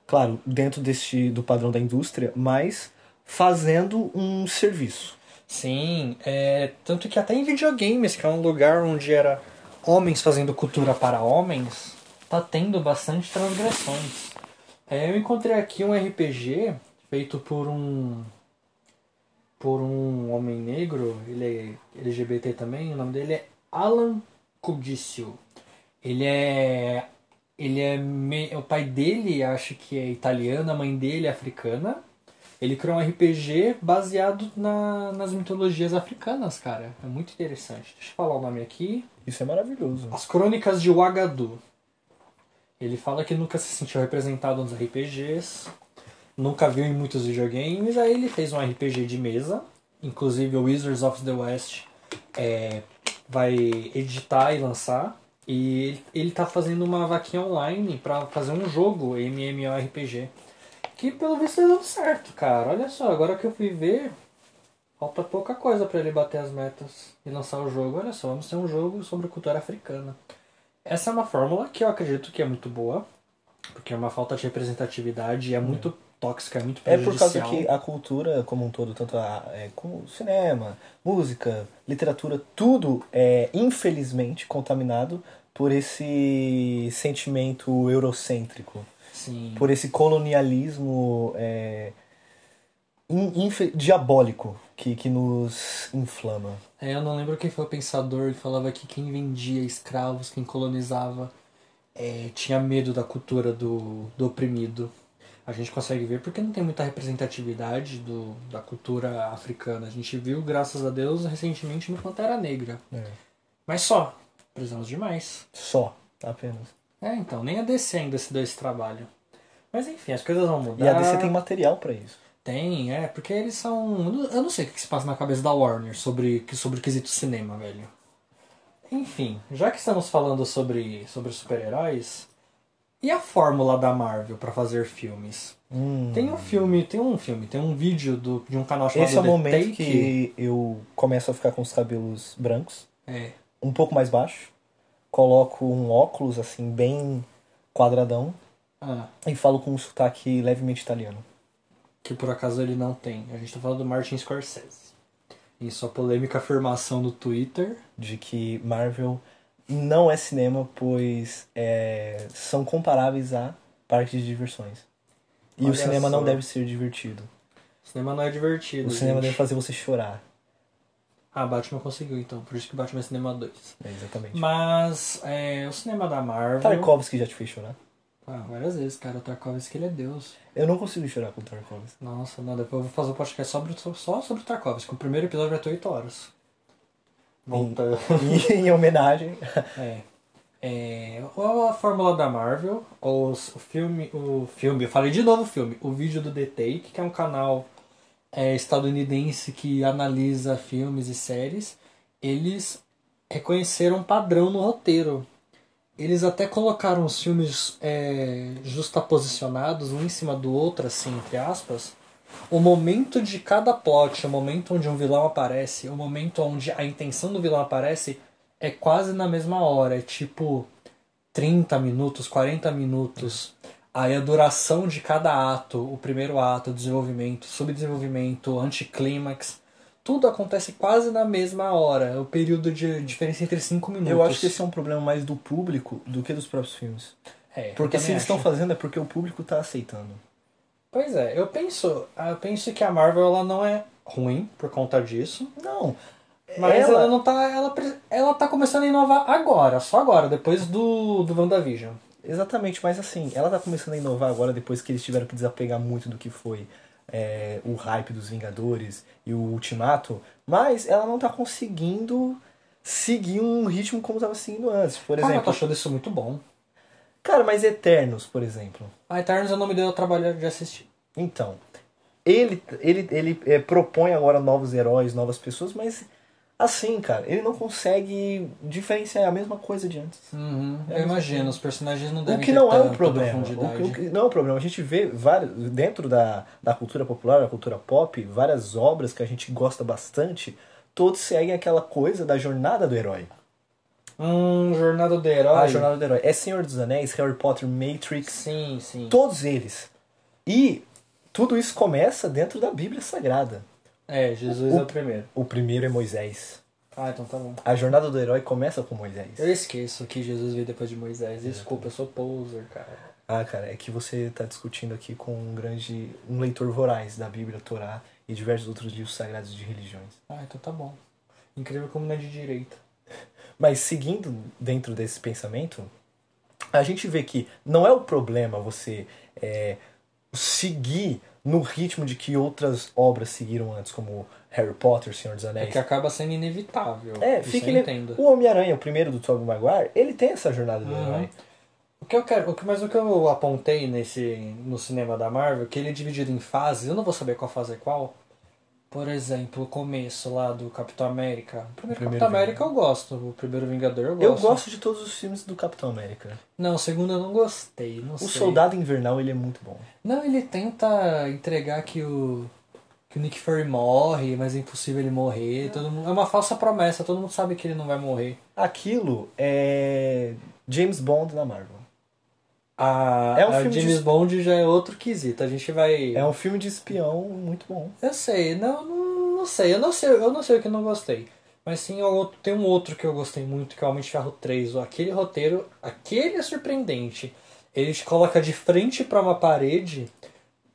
Speaker 2: claro, dentro deste, do padrão da indústria, mas fazendo um serviço.
Speaker 1: Sim, é, tanto que até em videogames, que é um lugar onde era homens fazendo cultura para homens, tá tendo bastante transgressões. É, eu encontrei aqui um RPG feito por um por um homem negro, ele é LGBT também, o nome dele é Alan Cudiccio. Ele é ele é me- o pai dele, acho que é italiano, a mãe dele é africana. Ele criou um RPG baseado na- nas mitologias africanas, cara. É muito interessante. Deixa eu falar o nome aqui.
Speaker 2: Isso é maravilhoso.
Speaker 1: As Crônicas de Wagadu. Ele fala que nunca se sentiu representado nos RPGs, nunca viu em muitos videogames, aí ele fez um RPG de mesa, inclusive o Wizards of the West é, vai editar e lançar, e ele, ele tá fazendo uma vaquinha online para fazer um jogo MMORPG, que pelo visto tá dando certo, cara. Olha só, agora que eu fui ver, falta pouca coisa para ele bater as metas e lançar o jogo. Olha só, vamos ter um jogo sobre cultura africana. Essa é uma fórmula que eu acredito que é muito boa, porque é uma falta de representatividade e é muito tóxica, é muito
Speaker 2: Hum. É por
Speaker 1: prejudicial.
Speaker 2: causa que a cultura como um todo, tanto a, é, como cinema, música, literatura, tudo é infelizmente contaminado por esse sentimento eurocêntrico,
Speaker 1: Sim.
Speaker 2: por esse colonialismo é, in- infe- diabólico que, que nos inflama.
Speaker 1: É, eu não lembro quem foi o pensador que falava que quem vendia escravos, quem colonizava, é, tinha medo da cultura do, do oprimido. A gente consegue ver porque não tem muita representatividade do, da cultura africana. A gente viu, graças a Deus, recentemente no Pantera Negra. Mas só, precisamos de mais.
Speaker 2: né? Só, apenas.
Speaker 1: É, então, nem a DC ainda se deu esse trabalho. Mas enfim, as coisas vão mudar.
Speaker 2: E a DC tem material pra isso.
Speaker 1: Tem, é, porque eles são. eu não- Eu não sei o que que se passa na cabeça da Warner sobre, que- sobre o quesito cinema, velho. Enfim, já que estamos falando sobre, sobre super-heróis, e a fórmula da Marvel pra fazer filmes?
Speaker 2: Hum.
Speaker 1: Tem um filme, tem um filme, tem um vídeo do, de um canal chamado
Speaker 2: Esse é o
Speaker 1: The
Speaker 2: momento
Speaker 1: Take.
Speaker 2: que eu começo a ficar com os cabelos brancos.
Speaker 1: É,
Speaker 2: um pouco mais baixo, coloco um óculos assim bem quadradão
Speaker 1: ah,
Speaker 2: e falo com um sotaque levemente italiano.
Speaker 1: que por acaso ele não tem. A gente tá falando do Martin Scorsese. Em sua polêmica afirmação no Twitter.
Speaker 2: De que Marvel não é cinema, pois é, são comparáveis a parques de diversões. E
Speaker 1: Olha
Speaker 2: o cinema
Speaker 1: só.
Speaker 2: não deve ser divertido.
Speaker 1: O cinema não é divertido.
Speaker 2: O cinema
Speaker 1: gente.
Speaker 2: deve fazer você chorar.
Speaker 1: Ah, Batman conseguiu então, por isso que Batman é Cinema 2.
Speaker 2: É, exatamente.
Speaker 1: Mas é, o cinema da Marvel.
Speaker 2: Tarkovsky já te fez chorar?
Speaker 1: Ah, várias vezes, cara. O Tarkovsky ele é Deus.
Speaker 2: Eu não consigo chorar com Tarkovsky.
Speaker 1: Nossa, não, depois eu vou fazer um podcast sobre, o- só sobre o Tarkovsky. O primeiro episódio vai ter 8 horas. Voltando.
Speaker 2: E em homenagem.
Speaker 1: É. É, ou a fórmula da Marvel, ou os- o filme, o filme, eu falei de novo o filme, o vídeo do The Take, que é um canal é, estadunidense que analisa filmes e séries, eles reconheceram um padrão no roteiro. Eles até colocaram os filmes é, justaposicionados, um em cima do outro, assim, entre aspas, o momento de cada plot, o momento onde um vilão aparece, o momento onde a intenção do vilão aparece é quase na mesma hora, é tipo 30 minutos, 40 minutos. Aí a duração de cada ato, o primeiro ato, desenvolvimento, subdesenvolvimento, anticlímax, tudo acontece quase na mesma hora. É o período de diferença entre 5 minutos.
Speaker 2: Eu acho que esse é um problema mais do público do que dos próprios filmes.
Speaker 1: É, eu
Speaker 2: Porque se
Speaker 1: também
Speaker 2: eles estão
Speaker 1: acho.
Speaker 2: fazendo é porque o público tá aceitando.
Speaker 1: Pois é, eu penso, eu penso que a Marvel ela não é ruim por conta disso,
Speaker 2: Não.
Speaker 1: mas ela,
Speaker 2: ela,
Speaker 1: não tá, ela, pre- ela tá começando a inovar agora, só agora, depois do do WandaVision.
Speaker 2: Exatamente, mas assim, ela tá começando a inovar agora depois que eles tiveram que desapegar muito do que foi é, o hype dos Vingadores e o Ultimato, mas ela não tá conseguindo seguir um ritmo como tava seguindo antes. Por
Speaker 1: Cara, eu tô
Speaker 2: exemplo,
Speaker 1: achando isso muito bom.
Speaker 2: cara, mas Eternos, por exemplo.
Speaker 1: A Eternos eu não me deu o trabalho de assistir.
Speaker 2: Então, ele, ele, ele é, propõe agora novos heróis, novas pessoas, mas assim, cara, ele não consegue diferenciar a mesma coisa de antes.
Speaker 1: eu imagino, os personagens não
Speaker 2: Uhum. O
Speaker 1: devem
Speaker 2: que
Speaker 1: ter
Speaker 2: não é um
Speaker 1: tanta
Speaker 2: problema. O
Speaker 1: profundidade.
Speaker 2: que, o que não é um problema. A gente vê vários, dentro da, da cultura popular, da cultura pop, várias obras que a gente gosta bastante todos seguem aquela coisa da jornada do herói.
Speaker 1: Hum, Jornada do Herói.
Speaker 2: A jornada do herói. É Senhor dos Anéis, Harry Potter, Matrix,
Speaker 1: Sim, sim.
Speaker 2: todos eles. E tudo isso começa dentro da Bíblia Sagrada.
Speaker 1: É, Jesus é o primeiro.
Speaker 2: O primeiro é Moisés.
Speaker 1: Ah, então tá bom.
Speaker 2: A jornada do herói começa com Moisés.
Speaker 1: Eu esqueço que Jesus veio depois de Moisés. Desculpa, eu sou poser, cara.
Speaker 2: Ah, cara, é que você está discutindo aqui com um grande. um leitor voraz da Bíblia, Torá e diversos outros livros sagrados de religiões.
Speaker 1: Ah, então tá bom. Incrível como não é de direita.
Speaker 2: Mas seguindo dentro desse pensamento, a gente vê que não é o problema você é, seguir no ritmo de que outras obras seguiram antes, como Harry Potter, Senhor dos
Speaker 1: É
Speaker 2: Anéis.
Speaker 1: que acaba sendo inevitável.
Speaker 2: É,
Speaker 1: Isso
Speaker 2: fica
Speaker 1: eu
Speaker 2: ele...
Speaker 1: entendo.
Speaker 2: O Homem-Aranha, o primeiro do Tobey Maguire, ele tem essa jornada do
Speaker 1: Uhum.
Speaker 2: herói.
Speaker 1: O que eu quero, o que, mas o que eu apontei nesse, no cinema da Marvel, que ele é dividido em fases, eu não vou saber qual fase é qual. Por exemplo, o começo lá do Capitão América. O primeiro,
Speaker 2: Primeiro
Speaker 1: Capitão América eu gosto, o primeiro Vingador eu gosto.
Speaker 2: Eu gosto de todos os filmes do Capitão América.
Speaker 1: Não, o segundo eu não gostei, não sei.
Speaker 2: O Soldado Invernal, ele é muito bom.
Speaker 1: Não, ele tenta entregar que o que o Nick Fury morre, mas é impossível ele morrer. Todo mundo, é uma falsa promessa, todo mundo sabe que ele não vai morrer.
Speaker 2: Aquilo é James Bond na Marvel.
Speaker 1: A,
Speaker 2: É um
Speaker 1: a
Speaker 2: filme de-
Speaker 1: James Bond já é outro quesito. A gente vai
Speaker 2: É um filme de espião muito bom.
Speaker 1: Eu sei, não, não, não sei, eu não sei, eu não sei o que eu não gostei. Mas sim, eu- tem um outro que eu gostei muito, que é o Homem de Ferro 3. Aquele roteiro, aquele é surpreendente. Ele te coloca de frente pra uma parede,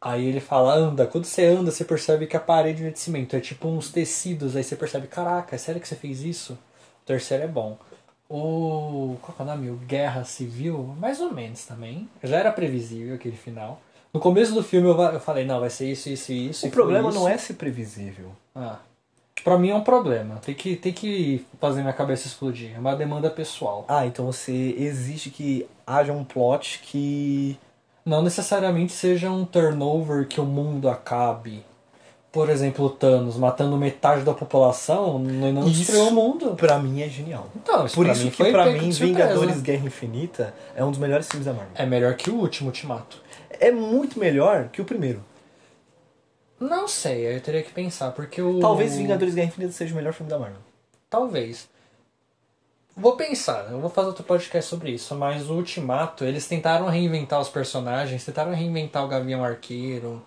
Speaker 1: aí ele fala, anda. Quando você anda, você percebe que a parede não é de cimento, é tipo uns tecidos. Aí você percebe, caraca, é sério que você fez isso? O terceiro é bom. O. Qual que é o nome? O Guerra Civil? Mais ou menos também. Já era previsível aquele final. No começo do filme eu, va- eu falei, não, vai ser isso, isso e isso.
Speaker 2: O problema não é ser previsível.
Speaker 1: Ah, pra mim é um problema. Tem que, tem que fazer minha cabeça explodir. É uma demanda pessoal.
Speaker 2: Ah, então você exige que haja um plot que.
Speaker 1: Não necessariamente seja um turnover que o mundo acabe. Por exemplo, o Thanos matando metade da população não não
Speaker 2: Isso.
Speaker 1: destruiu o mundo.
Speaker 2: Pra mim é genial.
Speaker 1: Então, isso
Speaker 2: Por
Speaker 1: pra
Speaker 2: isso
Speaker 1: mim
Speaker 2: que
Speaker 1: foi
Speaker 2: pra
Speaker 1: pego de
Speaker 2: mim
Speaker 1: surpresa.
Speaker 2: Vingadores Guerra Infinita é um dos melhores filmes da Marvel.
Speaker 1: É melhor que o último Ultimato.
Speaker 2: É muito melhor que o primeiro.
Speaker 1: Não sei, aí eu teria que pensar, porque o.
Speaker 2: Talvez Vingadores Guerra Infinita seja o melhor filme da Marvel.
Speaker 1: Talvez. Vou pensar, eu vou fazer outro podcast sobre isso, mas o Ultimato, eles tentaram reinventar os personagens, tentaram reinventar o Gavião Arqueiro,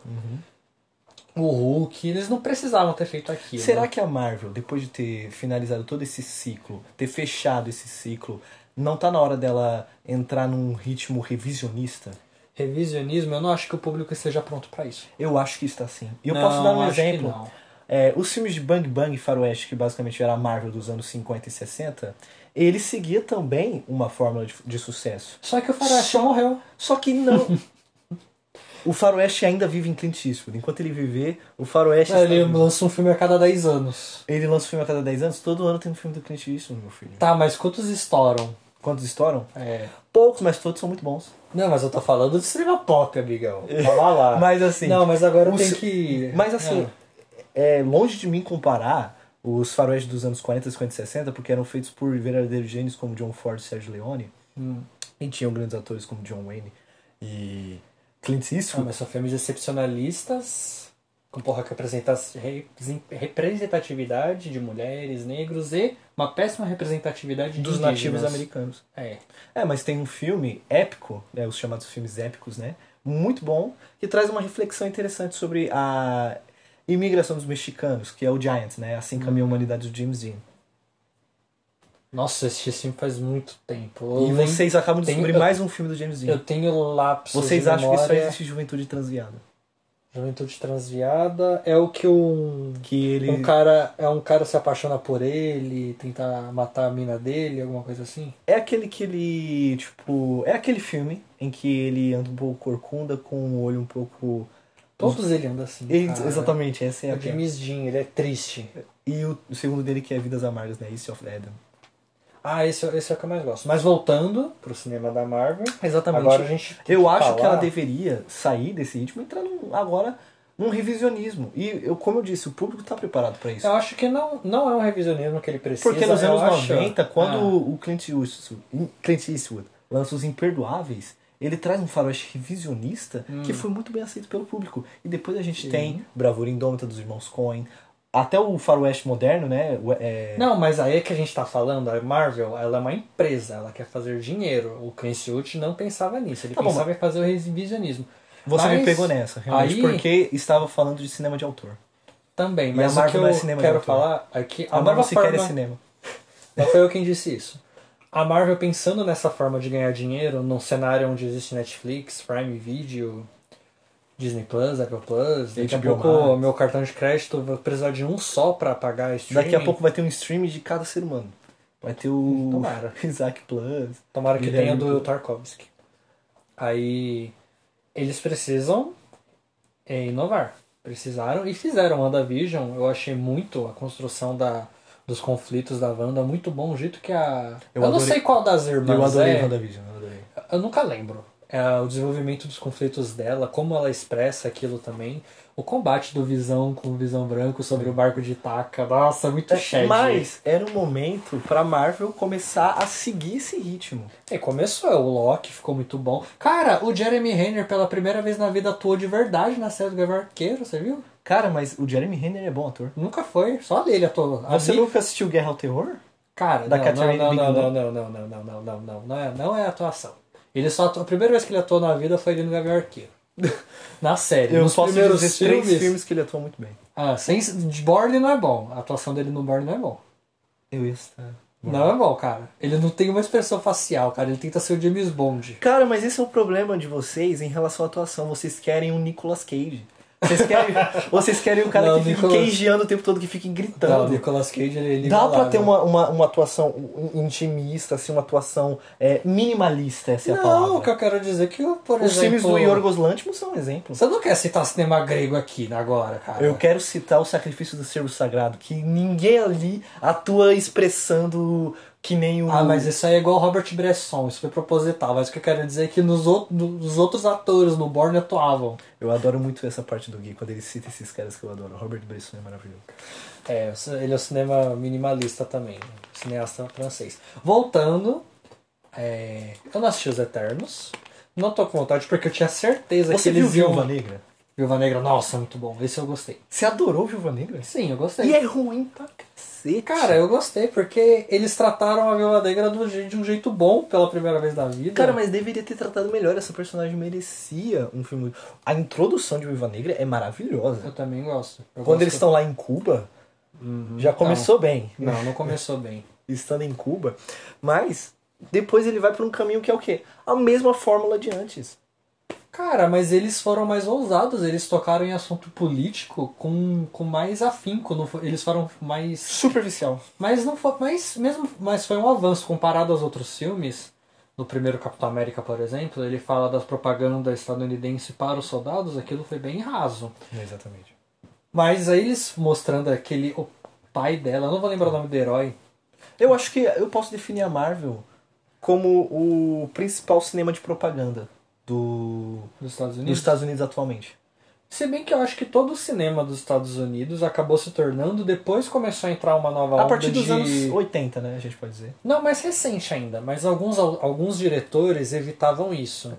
Speaker 1: o Hulk, eles não precisavam ter feito aquilo.
Speaker 2: Uhum. Será que a Marvel, depois de ter finalizado todo esse ciclo, ter fechado esse ciclo, não tá na hora dela entrar num ritmo revisionista?
Speaker 1: Revisionismo, eu não acho que o público esteja pronto pra isso.
Speaker 2: Eu acho que está sim. E eu
Speaker 1: Não,
Speaker 2: posso dar um
Speaker 1: acho que
Speaker 2: exemplo.
Speaker 1: não.
Speaker 2: É, os filmes de Bang Bang e Faroeste, que basicamente era a Marvel dos anos 50 e 60, ele seguia também uma fórmula de, de sucesso.
Speaker 1: Só que o Faroeste morreu.
Speaker 2: Só que não. o Faroeste ainda vive em Clint Eastwood. Enquanto ele viver, o Faroeste. está
Speaker 1: Ele
Speaker 2: vivo.
Speaker 1: lança um filme a cada 10 anos.
Speaker 2: Ele lança um filme a cada 10 anos, todo ano tem um filme do Clint Eastwood, meu filho.
Speaker 1: Tá, mas quantos estouram?
Speaker 2: Quantos estouram?
Speaker 1: É.
Speaker 2: Poucos, mas todos são muito bons.
Speaker 1: Não, mas eu tô falando de cinema pop, amigão. Calma lá.
Speaker 2: Mas assim.
Speaker 1: Ah. Não, mas agora eu
Speaker 2: o
Speaker 1: tenho
Speaker 2: se-
Speaker 1: que.
Speaker 2: Mas assim,
Speaker 1: Ah.
Speaker 2: é. longe de mim comparar os faroeste dos anos 40, 50 e 60, porque eram feitos por verdadeiros gênios como John Ford e Sérgio Leone,
Speaker 1: Hum.
Speaker 2: e tinham grandes atores como John Wayne e Clint
Speaker 1: Ah,
Speaker 2: Eastwood.
Speaker 1: mas são filmes excepcionalistas, com porra que apresenta represen- representatividade de mulheres, negros e uma péssima representatividade de
Speaker 2: dos
Speaker 1: indígenas.
Speaker 2: nativos americanos.
Speaker 1: É.
Speaker 2: É, mas tem um filme épico, né, os chamados filmes épicos, né? Muito bom, que traz uma reflexão interessante sobre a imigração dos mexicanos, que é o Giant, né? Assim
Speaker 1: Hum.
Speaker 2: Caminha a Humanidade do James Dean.
Speaker 1: Nossa, eu assisti esse filme faz muito tempo. Eu,
Speaker 2: E
Speaker 1: lem-
Speaker 2: vocês acabam de
Speaker 1: tem-
Speaker 2: descobrir
Speaker 1: eu-
Speaker 2: mais um filme do James Dean.
Speaker 1: eu tenho lápis.
Speaker 2: Vocês
Speaker 1: de
Speaker 2: acham que isso
Speaker 1: memória.
Speaker 2: aí existe juventude transviada?
Speaker 1: Juventude transviada é o que um,
Speaker 2: Que ele.
Speaker 1: um cara é um cara se apaixona por ele, tentar matar a mina dele, alguma coisa assim.
Speaker 2: É aquele que ele. Tipo. É aquele filme em que ele anda um pouco corcunda, com o olho um pouco.
Speaker 1: Todos ele anda assim.
Speaker 2: Ele-
Speaker 1: cara.
Speaker 2: Exatamente, essa é
Speaker 1: É
Speaker 2: a
Speaker 1: o James Dean, ele é triste.
Speaker 2: E o, o segundo dele que é Vidas Amargas, né? East of Eden.
Speaker 1: Ah, esse, é- esse é o que eu mais gosto. Mas voltando pro cinema da Marvel,
Speaker 2: Exatamente.
Speaker 1: agora a gente. tem
Speaker 2: Tá Eu acho que
Speaker 1: falar-
Speaker 2: ela deveria sair desse ritmo e entrar num- agora num revisionismo. E eu, como eu disse, o público tá preparado pra isso.
Speaker 1: Eu acho que não, não é um revisionismo que ele precisa.
Speaker 2: Porque nos
Speaker 1: eu
Speaker 2: anos
Speaker 1: acho-
Speaker 2: 90, quando
Speaker 1: Ah,
Speaker 2: o Clint Eastwood, Clint Eastwood lança Os Imperdoáveis, ele traz um faroeste
Speaker 1: Hum.
Speaker 2: revisionista que foi muito bem aceito pelo público. E depois a gente tem Bravura Indômita dos Irmãos Coen, Até o faroeste moderno, né? o- é,
Speaker 1: Não, mas aí é que a gente tá falando, a Marvel, ela é uma empresa, ela quer fazer dinheiro. O Clancy Oates não pensava nisso, ele
Speaker 2: Tá bom,
Speaker 1: pensava em fazer o revisionismo.
Speaker 2: Você me
Speaker 1: Mas
Speaker 2: pegou nessa, realmente,
Speaker 1: aí-
Speaker 2: porque estava falando de cinema de autor.
Speaker 1: Também,
Speaker 2: a
Speaker 1: mas o que
Speaker 2: Marvel
Speaker 1: eu
Speaker 2: não é cinema de
Speaker 1: quero
Speaker 2: autor.
Speaker 1: falar é que
Speaker 2: A
Speaker 1: a
Speaker 2: Marvel
Speaker 1: nova
Speaker 2: sequer é
Speaker 1: forma...
Speaker 2: cinema.
Speaker 1: Não foi eu quem disse isso. A Marvel pensando nessa forma de ganhar dinheiro num cenário onde existe Netflix, Prime Video, Disney Plus, Apple Plus, daqui a
Speaker 2: HBO
Speaker 1: pouco o
Speaker 2: Max.
Speaker 1: meu cartão de crédito vai precisar de um só pra pagar streaming.
Speaker 2: Daqui a pouco vai ter um stream de cada ser humano. Vai ter o
Speaker 1: Tomara.
Speaker 2: Isaac Plus.
Speaker 1: Tomara que
Speaker 2: Guilherme
Speaker 1: tenha do
Speaker 2: Dutra.
Speaker 1: Tarkovsky. Aí eles precisam é, inovar. Precisaram e fizeram WandaVision. Eu achei muito a construção da, dos conflitos da Wanda muito bom. O jeito que a.
Speaker 2: Eu
Speaker 1: Eu, não
Speaker 2: adorei-
Speaker 1: sei qual das irmãs.
Speaker 2: eu adorei
Speaker 1: é,
Speaker 2: WandaVision, eu adorei.
Speaker 1: Eu nunca lembro. É, o desenvolvimento dos conflitos dela, como ela expressa aquilo também. O combate do Visão com o Visão Branco sobre o barco de Itaca. Nossa, muito shed.
Speaker 2: É, Mas era um momento pra Marvel começar a seguir esse ritmo.
Speaker 1: E começou, o Loki ficou muito bom. Cara, o Jeremy Renner pela primeira vez na vida atuou de verdade na série do Gavião Arqueiro, você viu?
Speaker 2: Cara, mas o Jeremy Renner é bom ator.
Speaker 1: Nunca foi, só ele atuou.
Speaker 2: Você
Speaker 1: Ali-
Speaker 2: nunca assistiu Guerra ao Terror?
Speaker 1: Cara,
Speaker 2: Da
Speaker 1: não,
Speaker 2: Catherine
Speaker 1: não, não,
Speaker 2: Bigelow?
Speaker 1: não, não, não, não, não, não, não, não, não é, não é atuação. Ele só atu- a primeira vez que ele atuou na vida foi ele no Gavião Arqueiro. Na série,
Speaker 2: Eu
Speaker 1: nos
Speaker 2: posso
Speaker 1: primeiros
Speaker 2: dizer
Speaker 1: filmes,
Speaker 2: três filmes que ele atua muito bem.
Speaker 1: Ah, sem de Borne não é bom. A atuação dele no Borne não é bom.
Speaker 2: Eu ia estar.
Speaker 1: Não é bom, cara. Ele não tem uma expressão facial, cara. Ele tenta ser o James Bond.
Speaker 2: Cara, mas esse é o problema de vocês em relação à atuação. Vocês querem um Nicolas Cage. Vocês querem, vocês querem um cara
Speaker 1: Não,
Speaker 2: que fique
Speaker 1: Nicolas-
Speaker 2: cageando o tempo todo, que fique
Speaker 1: Não, o
Speaker 2: gritando.
Speaker 1: Nicolas Cage, ele é
Speaker 2: Então, Dá pra
Speaker 1: inigualável.
Speaker 2: ter uma, uma, uma atuação intimista, assim, uma atuação é, minimalista, essa é a
Speaker 1: Não, o
Speaker 2: palavra.
Speaker 1: que eu quero dizer é que, por
Speaker 2: Os
Speaker 1: exemplo...
Speaker 2: filmes do Yorgos Lanthimos são um exemplo.
Speaker 1: Você não quer citar cinema grego aqui, né, agora, cara?
Speaker 2: Eu quero citar o Sacrifício do Cervo Sagrado, que ninguém ali atua expressando que nem o...
Speaker 1: Ah, mas isso aí é igual Robert Bresson. Isso foi proposital. Mas o que eu quero dizer é que nos, out- nos outros atores no Borne atuavam.
Speaker 2: Eu adoro muito essa parte do Gui, quando ele cita esses caras que eu adoro. Robert Bresson é maravilhoso.
Speaker 1: É, o ci- ele é um cinema minimalista também. né? Cineasta francês. Voltando... é, Eu não assisti Os Eternos. Não tô com vontade porque eu tinha certeza
Speaker 2: Você
Speaker 1: que
Speaker 2: viu
Speaker 1: eles iam...
Speaker 2: Viúva Negra?
Speaker 1: Viúva Negra, nossa, muito bom. Esse eu gostei.
Speaker 2: Você adorou Viúva Negra?
Speaker 1: Sim, eu gostei.
Speaker 2: E é ruim pra cacete.
Speaker 1: Cara, eu gostei, porque eles trataram a Viúva Negra do je- de um jeito bom pela primeira vez na vida.
Speaker 2: Cara, mas deveria ter tratado melhor. Essa personagem merecia um filme. A introdução de Viva Negra é maravilhosa.
Speaker 1: Eu também gosto. Eu
Speaker 2: Quando
Speaker 1: gosto-
Speaker 2: eles estão lá em Cuba,
Speaker 1: Uhum.
Speaker 2: já começou bem,
Speaker 1: Não, não começou bem.
Speaker 2: estando em Cuba. Mas depois ele vai por um caminho que é o quê? A mesma fórmula de antes.
Speaker 1: Cara, mas eles foram mais ousados, eles tocaram em assunto político com, com mais afinco, não foi- eles foram mais.
Speaker 2: Superficial.
Speaker 1: Mas não foi. Mas, mesmo, mas foi um avanço comparado aos outros filmes. No primeiro Capitão América, por exemplo, ele fala das propaganda estadunidense para os soldados, aquilo foi bem raso.
Speaker 2: Exatamente.
Speaker 1: Mas aí eles mostrando aquele. O pai dela, eu não vou lembrar o nome do herói.
Speaker 2: Eu acho que eu posso definir a Marvel como o principal cinema de propaganda do...
Speaker 1: Dos Estados
Speaker 2: dos
Speaker 1: Unidos?
Speaker 2: Estados Unidos atualmente.
Speaker 1: Se bem que eu acho que todo o cinema dos Estados Unidos acabou se tornando, depois começou a entrar uma nova
Speaker 2: A
Speaker 1: onda
Speaker 2: partir dos
Speaker 1: de...
Speaker 2: anos 80, né? A gente pode dizer.
Speaker 1: Não, mais recente ainda, mas alguns, alguns diretores evitavam isso.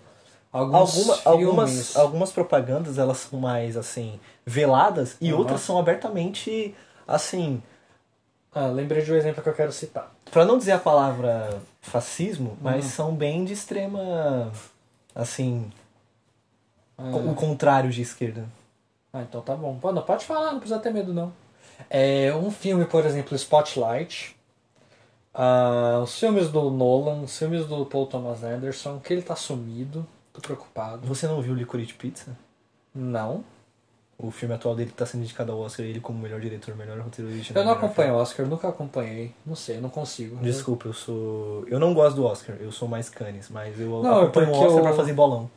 Speaker 1: Alguns
Speaker 2: Alguma-
Speaker 1: filmes...
Speaker 2: algumas, algumas propagandas elas são mais assim veladas e
Speaker 1: Uhum.
Speaker 2: outras são abertamente assim
Speaker 1: Ah, lembrei de um exemplo que eu quero citar.
Speaker 2: pra não dizer a palavra fascismo mas são bem de extrema assim
Speaker 1: Ah.
Speaker 2: co- o contrário de esquerda
Speaker 1: Ah, então tá bom. Pô, não, pode falar, não precisa ter medo, não. É, um filme, por exemplo, Spotlight. Ah, os filmes do Nolan, os filmes do Paul Thomas Anderson, que ele tá sumido, tô preocupado.
Speaker 2: você não viu Licorice Pizza
Speaker 1: Não.
Speaker 2: o filme atual dele tá sendo indicado ao Oscar ele como melhor diretor melhor roteiro original
Speaker 1: Eu não
Speaker 2: melhor
Speaker 1: acompanho o Oscar, nunca acompanhei. Não sei, eu não consigo.
Speaker 2: filme. desculpa eu sou eu não gosto do Oscar eu sou mais canes mas eu
Speaker 1: Não, é
Speaker 2: acompanho o
Speaker 1: porque
Speaker 2: Oscar
Speaker 1: eu-
Speaker 2: pra fazer bolão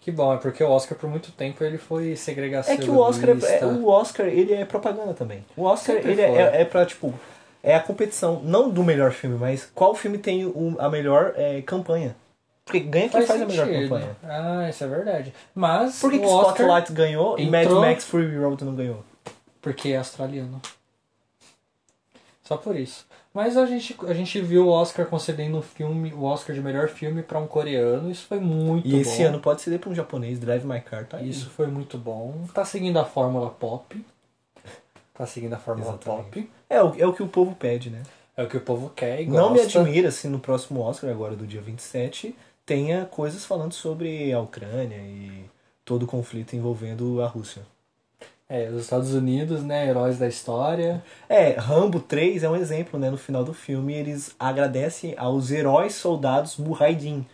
Speaker 1: Que bom, é porque o Oscar por muito tempo ele foi segregação.
Speaker 2: É que o Oscar, é- é, o Oscar, ele é propaganda também. O Oscar,
Speaker 1: Sempre
Speaker 2: ele é,
Speaker 1: foi.
Speaker 2: é, é pra, tipo, é a competição, não do melhor filme, mas qual filme tem o- a melhor é, campanha. Porque ganha quem faz, a melhor campanha.
Speaker 1: Ah, isso é verdade. Mas
Speaker 2: Por que, que
Speaker 1: o Oscar,
Speaker 2: Spotlight ganhou e Mad
Speaker 1: entrou-
Speaker 2: Max Fury Road não ganhou?
Speaker 1: porque é australiano. Só por isso. Mas a gente, a gente viu o Oscar concedendo um filme, o Oscar de melhor filme pra um coreano, isso foi muito
Speaker 2: E
Speaker 1: bom.
Speaker 2: esse ano pode ser pra um japonês, Drive My Car, tá aí.
Speaker 1: Isso foi muito bom. Tá seguindo a fórmula pop. tá seguindo a fórmula
Speaker 2: Exatamente.
Speaker 1: pop.
Speaker 2: É o, é o que o povo pede, né?
Speaker 1: É o que o povo quer e
Speaker 2: Não me
Speaker 1: gosta.
Speaker 2: admira se no próximo Oscar, agora do dia 27, tenha coisas falando sobre a Ucrânia e todo o conflito envolvendo a Rússia.
Speaker 1: É, os Estados Unidos, né? Heróis da história.
Speaker 2: É, Rambo 3 é um exemplo, né? No final do filme, eles agradecem aos heróis soldados Mujahideen,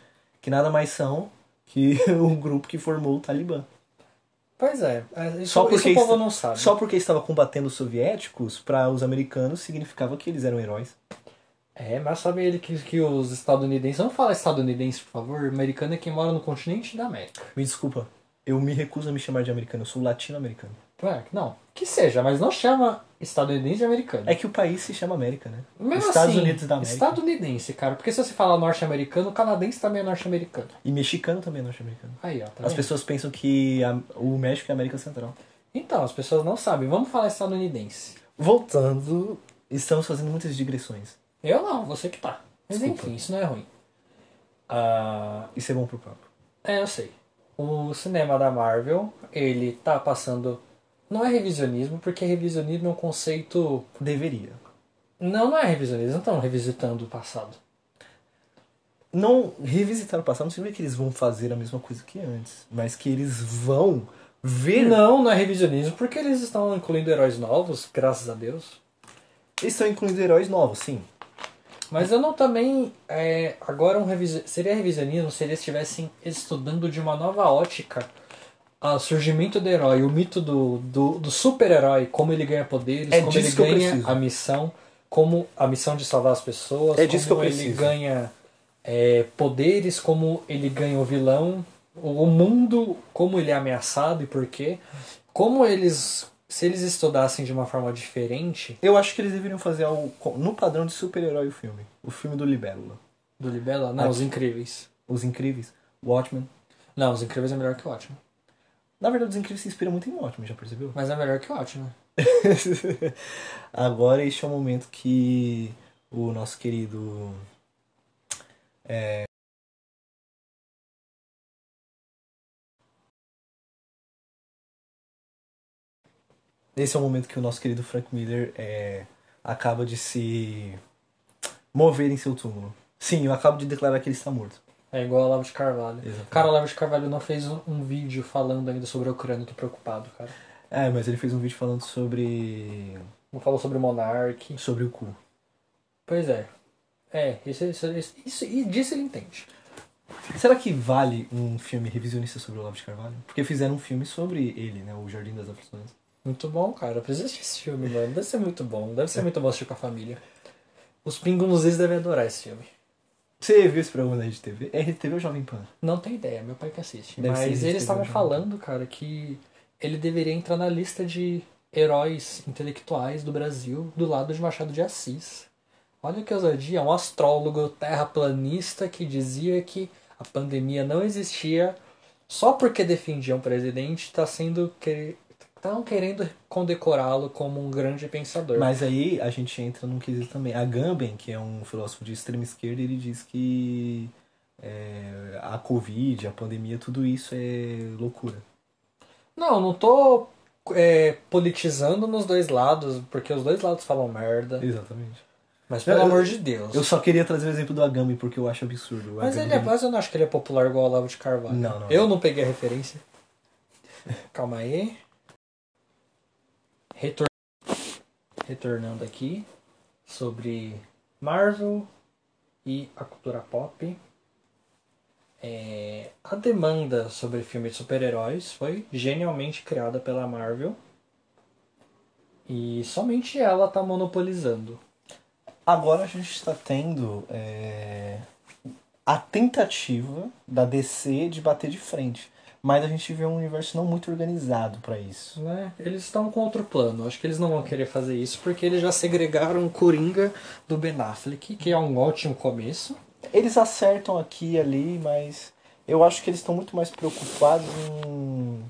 Speaker 2: que nada mais são que o grupo que formou o Talibã.
Speaker 1: Pois é, é, isso,
Speaker 2: Só porque
Speaker 1: isso o povo
Speaker 2: isso-
Speaker 1: não sabe.
Speaker 2: Só porque estava combatendo os soviéticos, para os americanos significava que eles eram heróis.
Speaker 1: É, mas sabe ele que, que os estadunidenses. Não fala estadunidense, por favor. Americano é quem mora no continente da América.
Speaker 2: Me desculpa, eu me recuso a me chamar de americano, eu sou latino-americano.
Speaker 1: Ué, Não, que seja, mas não chama estadunidense de americano.
Speaker 2: É que o país se chama América, né?
Speaker 1: Mesmo
Speaker 2: Estados
Speaker 1: assim,
Speaker 2: Unidos da América.
Speaker 1: Estadunidense, cara. Porque se você falar norte-americano, o canadense também é norte-americano.
Speaker 2: E mexicano também é norte-americano.
Speaker 1: Aí, ó. Tá
Speaker 2: As
Speaker 1: vendo?
Speaker 2: pessoas pensam que a- o México é a América Central.
Speaker 1: Então, as pessoas não sabem. Vamos falar estadunidense.
Speaker 2: Voltando, estamos fazendo muitas digressões.
Speaker 1: Eu não, você que tá. Mas
Speaker 2: Desculpa.
Speaker 1: enfim, isso não é ruim. Ah,
Speaker 2: Isso é bom pro papo.
Speaker 1: é, eu sei. O cinema da Marvel, ele tá passando. Não é revisionismo, porque revisionismo é um conceito.
Speaker 2: Deveria.
Speaker 1: Não, não é revisionismo, eles não estão revisitando o passado.
Speaker 2: Não revisitar o passado não significa que eles vão fazer a mesma coisa que antes, mas que eles vão ver.
Speaker 1: Não, não é revisionismo, porque eles estão incluindo heróis novos, graças a Deus.
Speaker 2: Eles estão incluindo heróis novos, sim.
Speaker 1: Mas eu não também. é, agora um revisio- seria revisionismo se eles estivessem estudando de uma nova ótica o surgimento do herói, o mito do, do, do super-herói, como ele ganha poderes,
Speaker 2: É
Speaker 1: como
Speaker 2: disso
Speaker 1: ele
Speaker 2: que eu
Speaker 1: ganha
Speaker 2: preciso.
Speaker 1: a missão, como a missão de salvar as pessoas,
Speaker 2: É
Speaker 1: como
Speaker 2: disso que eu
Speaker 1: ele
Speaker 2: preciso.
Speaker 1: ganha é, poderes, como ele ganha o vilão, o o mundo, como ele é ameaçado e por quê. Como eles. Se eles estudassem de uma forma diferente
Speaker 2: Eu acho que eles deveriam fazer algo co- no padrão de super-herói o filme. O filme do Libélula.
Speaker 1: do Libela, não,
Speaker 2: Aqui.
Speaker 1: os incríveis.
Speaker 2: Os Incríveis, Watchmen.
Speaker 1: Não, Os Incríveis é melhor que o Ótimo.
Speaker 2: Na verdade, os Incríveis se inspiram muito em Watchmen, já percebeu?
Speaker 1: Mas é melhor que o Ótimo.
Speaker 2: Agora este é o momento que o nosso querido. é, Esse é o momento que o nosso querido Frank Miller é, acaba de se mover em seu túmulo. Sim, eu acabo de declarar que ele está morto.
Speaker 1: É igual a Olavo de Carvalho.
Speaker 2: Exatamente.
Speaker 1: Cara, o Olavo de Carvalho não fez um, um vídeo falando ainda sobre a Ucrânia, eu tô preocupado, cara.
Speaker 2: É, mas ele fez um vídeo falando sobre.
Speaker 1: Não falou sobre o Monark.
Speaker 2: sobre o cu.
Speaker 1: Pois é. É, isso, isso, isso, isso- e disso ele entende.
Speaker 2: Será que vale um filme revisionista sobre o Olavo de Carvalho? Porque fizeram um filme sobre ele, né? O Jardim das Aflições.
Speaker 1: Muito bom, cara. Eu preciso assistir esse filme, mano. Deve ser muito bom. Deve ser muito bom assistir com a família. Os pingos nos ex devem adorar esse filme.
Speaker 2: Você viu esse programa da RedeTV? É RedeTV ou Jovem Pan?
Speaker 1: Não tem ideia, meu pai que assiste.
Speaker 2: Deve ser
Speaker 1: Mas
Speaker 2: isso,
Speaker 1: eles estavam
Speaker 2: entendeu, Jonathan?
Speaker 1: falando, cara, que ele deveria entrar na lista de heróis intelectuais do Brasil do lado de Machado de Assis. Olha que ousadia, um astrólogo terraplanista que dizia que a pandemia não existia só porque defendia um presidente, está sendo que estão querendo condecorá-lo como um grande pensador.
Speaker 2: Mas aí a gente entra num quesito também. A Gamben, que é um filósofo de extrema esquerda, ele diz que é, a Covid, a pandemia, tudo isso é loucura.
Speaker 1: Não, não tô é, politizando nos dois lados, porque os dois lados falam merda.
Speaker 2: Exatamente.
Speaker 1: Mas pelo
Speaker 2: Eu-
Speaker 1: amor de Deus.
Speaker 2: Eu só queria trazer o exemplo do Agamben porque eu acho absurdo. O
Speaker 1: Mas ele
Speaker 2: Agamben-
Speaker 1: é, mas eu não acho que ele é popular igual o Olavo de Carvalho.
Speaker 2: Não, não.
Speaker 1: Eu não peguei a referência. Calma aí. Retor- Retornando aqui sobre Marvel e a cultura pop. É, a demanda sobre filmes de super-heróis foi genialmente criada pela Marvel. E somente ela tá monopolizando.
Speaker 2: Agora a gente está tendo é, a tentativa da DC de bater de frente. Mas a gente vê um universo não muito organizado para isso.
Speaker 1: né? Eles estão com outro plano. Acho que eles não vão querer fazer isso porque eles já segregaram o Coringa do Ben Affleck, que é um ótimo começo.
Speaker 2: Eles acertam aqui e ali, mas eu acho que eles estão muito mais preocupados em,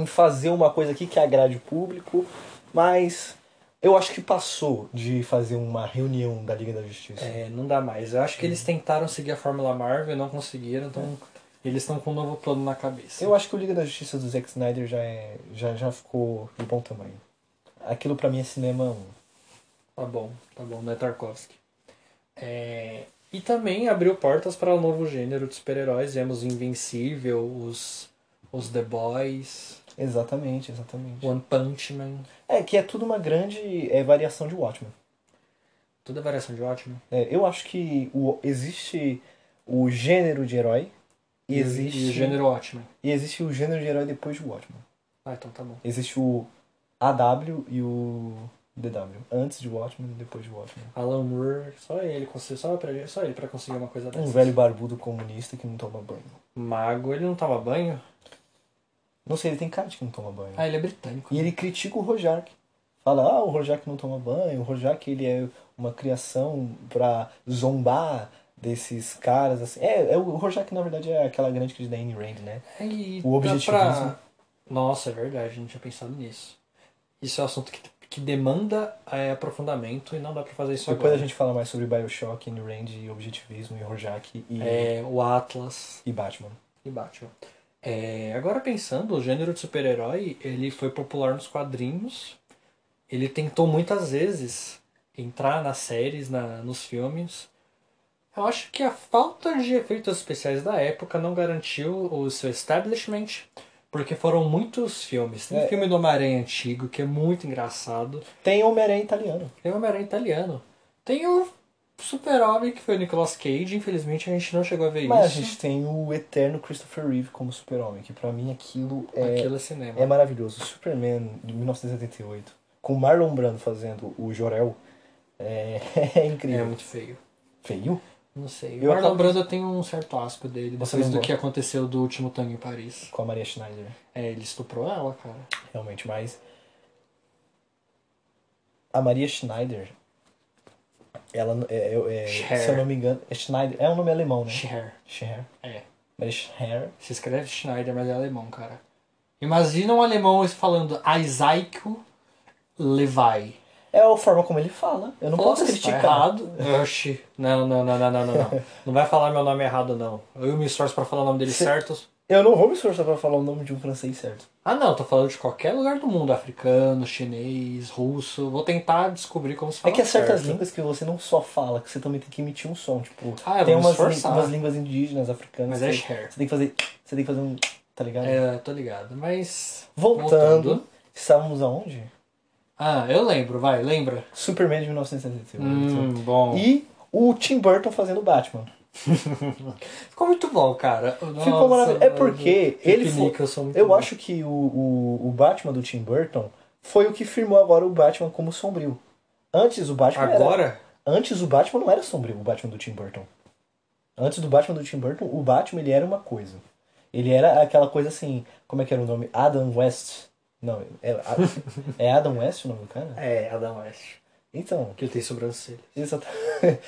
Speaker 2: em fazer uma coisa aqui que agrade o público. Mas eu acho que passou de fazer uma reunião da Liga da Justiça.
Speaker 1: É, não dá mais. Eu acho que eles tentaram seguir a Fórmula Marvel e não conseguiram, então eles estão com um novo plano na cabeça.
Speaker 2: Eu acho que o Liga da Justiça do Zack Snyder já, é, já, já ficou de bom tamanho. Aquilo pra mim é cinema 1.
Speaker 1: Tá bom, tá bom, não é Tarkovsky. É, E também abriu portas para o novo gênero de super-heróis. Vemos Invencível, os, os The Boys,
Speaker 2: Exatamente, exatamente.
Speaker 1: One Punch Man.
Speaker 2: É, que é tudo uma grande é, variação de Watchmen.
Speaker 1: Toda variação de Watchmen.
Speaker 2: É, eu acho que o- existe o gênero de herói e existe,
Speaker 1: E o gênero Watchmen.
Speaker 2: e existe o gênero de herói depois de Watchmen.
Speaker 1: Ah, então tá bom.
Speaker 2: Existe o AW e o DW. Antes de Watchmen e depois de Watchmen.
Speaker 1: Alan Moore, só ele conseguiu, só, pra, só ele pra conseguir uma coisa
Speaker 2: Um
Speaker 1: dessa.
Speaker 2: velho barbudo comunista que não toma banho.
Speaker 1: Mago, ele não tava banho?
Speaker 2: Não sei, ele tem cara de que não toma banho.
Speaker 1: Ah, ele é britânico.
Speaker 2: E ele critica o Rojak. Fala, ah, o Rojak não toma banho, o Rojak ele é uma criação pra zombar desses caras, assim. É, é o Rojak na verdade é aquela grande crise da Ayn Rand, né?
Speaker 1: E
Speaker 2: O
Speaker 1: dá
Speaker 2: objetivismo.
Speaker 1: pra- Nossa, é verdade, não tinha pensado nisso. Isso é um assunto que, que demanda é, aprofundamento e não dá pra fazer isso
Speaker 2: Depois
Speaker 1: agora.
Speaker 2: a gente fala mais sobre Bioshock, Ayn Rand e objetivismo e Rojak e,
Speaker 1: É, o Atlas
Speaker 2: e Batman.
Speaker 1: e Batman. É, agora pensando, o gênero de super-herói, ele foi popular nos quadrinhos. Ele tentou muitas vezes entrar nas séries, na, nos filmes. Eu acho que a falta de efeitos especiais da época não garantiu o seu establishment, porque foram muitos filmes. Tem
Speaker 2: É.
Speaker 1: o filme do Homem-Aranha antigo, que é muito engraçado.
Speaker 2: Tem Homem-Aranha italiano.
Speaker 1: Tem o Homem-Aranha italiano. Tem o Super-Homem, que foi o Nicolas Cage. Infelizmente, a gente não chegou a ver
Speaker 2: Mas a
Speaker 1: isso.
Speaker 2: gente tem o eterno Christopher Reeve como super-homem, que pra mim aquilo é,
Speaker 1: Aquilo é cinema.
Speaker 2: é maravilhoso. Superman de 1978, com Marlon Brando fazendo o Jorel, é, é
Speaker 1: É
Speaker 2: incrível.
Speaker 1: muito feio.
Speaker 2: Feio?
Speaker 1: Não sei.
Speaker 2: Eu
Speaker 1: O Marlon
Speaker 2: acabo-
Speaker 1: Brando tem um certo asco dele,
Speaker 2: Você
Speaker 1: depois
Speaker 2: não
Speaker 1: do
Speaker 2: gosta?
Speaker 1: que aconteceu do último tango em Paris.
Speaker 2: Com a Maria Schneider.
Speaker 1: É, ele estuprou ela, cara.
Speaker 2: realmente, mas a Maria Schneider, ela é, é- é-
Speaker 1: Scher.
Speaker 2: se eu não me engano, é Schneider, é um nome alemão, né?
Speaker 1: Cher.
Speaker 2: Scher.
Speaker 1: É.
Speaker 2: Maria Scher.
Speaker 1: Se escreve Schneider, mas é alemão, cara. Imagina um alemão falando Isaac Levi.
Speaker 2: É a forma como ele fala. Eu não posso
Speaker 1: Foda-se, tá
Speaker 2: criticar.
Speaker 1: errado. Oxi. Não, não, não, não, não, não, não. Não vai falar meu nome errado, não. Eu me esforço pra falar o nome dele
Speaker 2: Cê-
Speaker 1: certo.
Speaker 2: Eu não vou me esforçar pra falar o nome de um francês certo.
Speaker 1: Ah, não, tô falando de qualquer lugar do mundo. Africano, chinês, russo. Vou tentar descobrir como se fala
Speaker 2: é que há certas
Speaker 1: certo.
Speaker 2: línguas que você não só fala, que você também tem que emitir um som, tipo,
Speaker 1: Ah, eu
Speaker 2: tem
Speaker 1: vou me
Speaker 2: umas, lí-
Speaker 1: esforçar.
Speaker 2: umas línguas indígenas, africanas,
Speaker 1: Mas é
Speaker 2: que
Speaker 1: Scher.
Speaker 2: você tem que fazer, você tem que fazer um, tá ligado?
Speaker 1: É, tô ligado. Mas.
Speaker 2: Voltando, estávamos aonde?
Speaker 1: Ah, eu lembro, vai, lembra?
Speaker 2: Superman de 1978.
Speaker 1: Hum. bom.
Speaker 2: e o Tim Burton fazendo Batman.
Speaker 1: Ficou muito bom, cara. Nossa,
Speaker 2: Ficou maravilhoso. É
Speaker 1: mano,
Speaker 2: porque
Speaker 1: Jack
Speaker 2: ele foi.
Speaker 1: Nicholson, muito
Speaker 2: Eu
Speaker 1: bom.
Speaker 2: acho que o, o, o Batman do Tim Burton foi o que firmou agora o Batman como sombrio. Antes o Batman era-
Speaker 1: Agora?
Speaker 2: antes o Batman não era sombrio, o Batman do Tim Burton. Antes do Batman do Tim Burton, o Batman ele era uma coisa. Ele era aquela coisa assim, como é que era o nome? Adam West. Não, é, é Adam West o nome do cara?
Speaker 1: É, Adam West.
Speaker 2: Então,
Speaker 1: Que ele tem sobrancelha.
Speaker 2: Exata-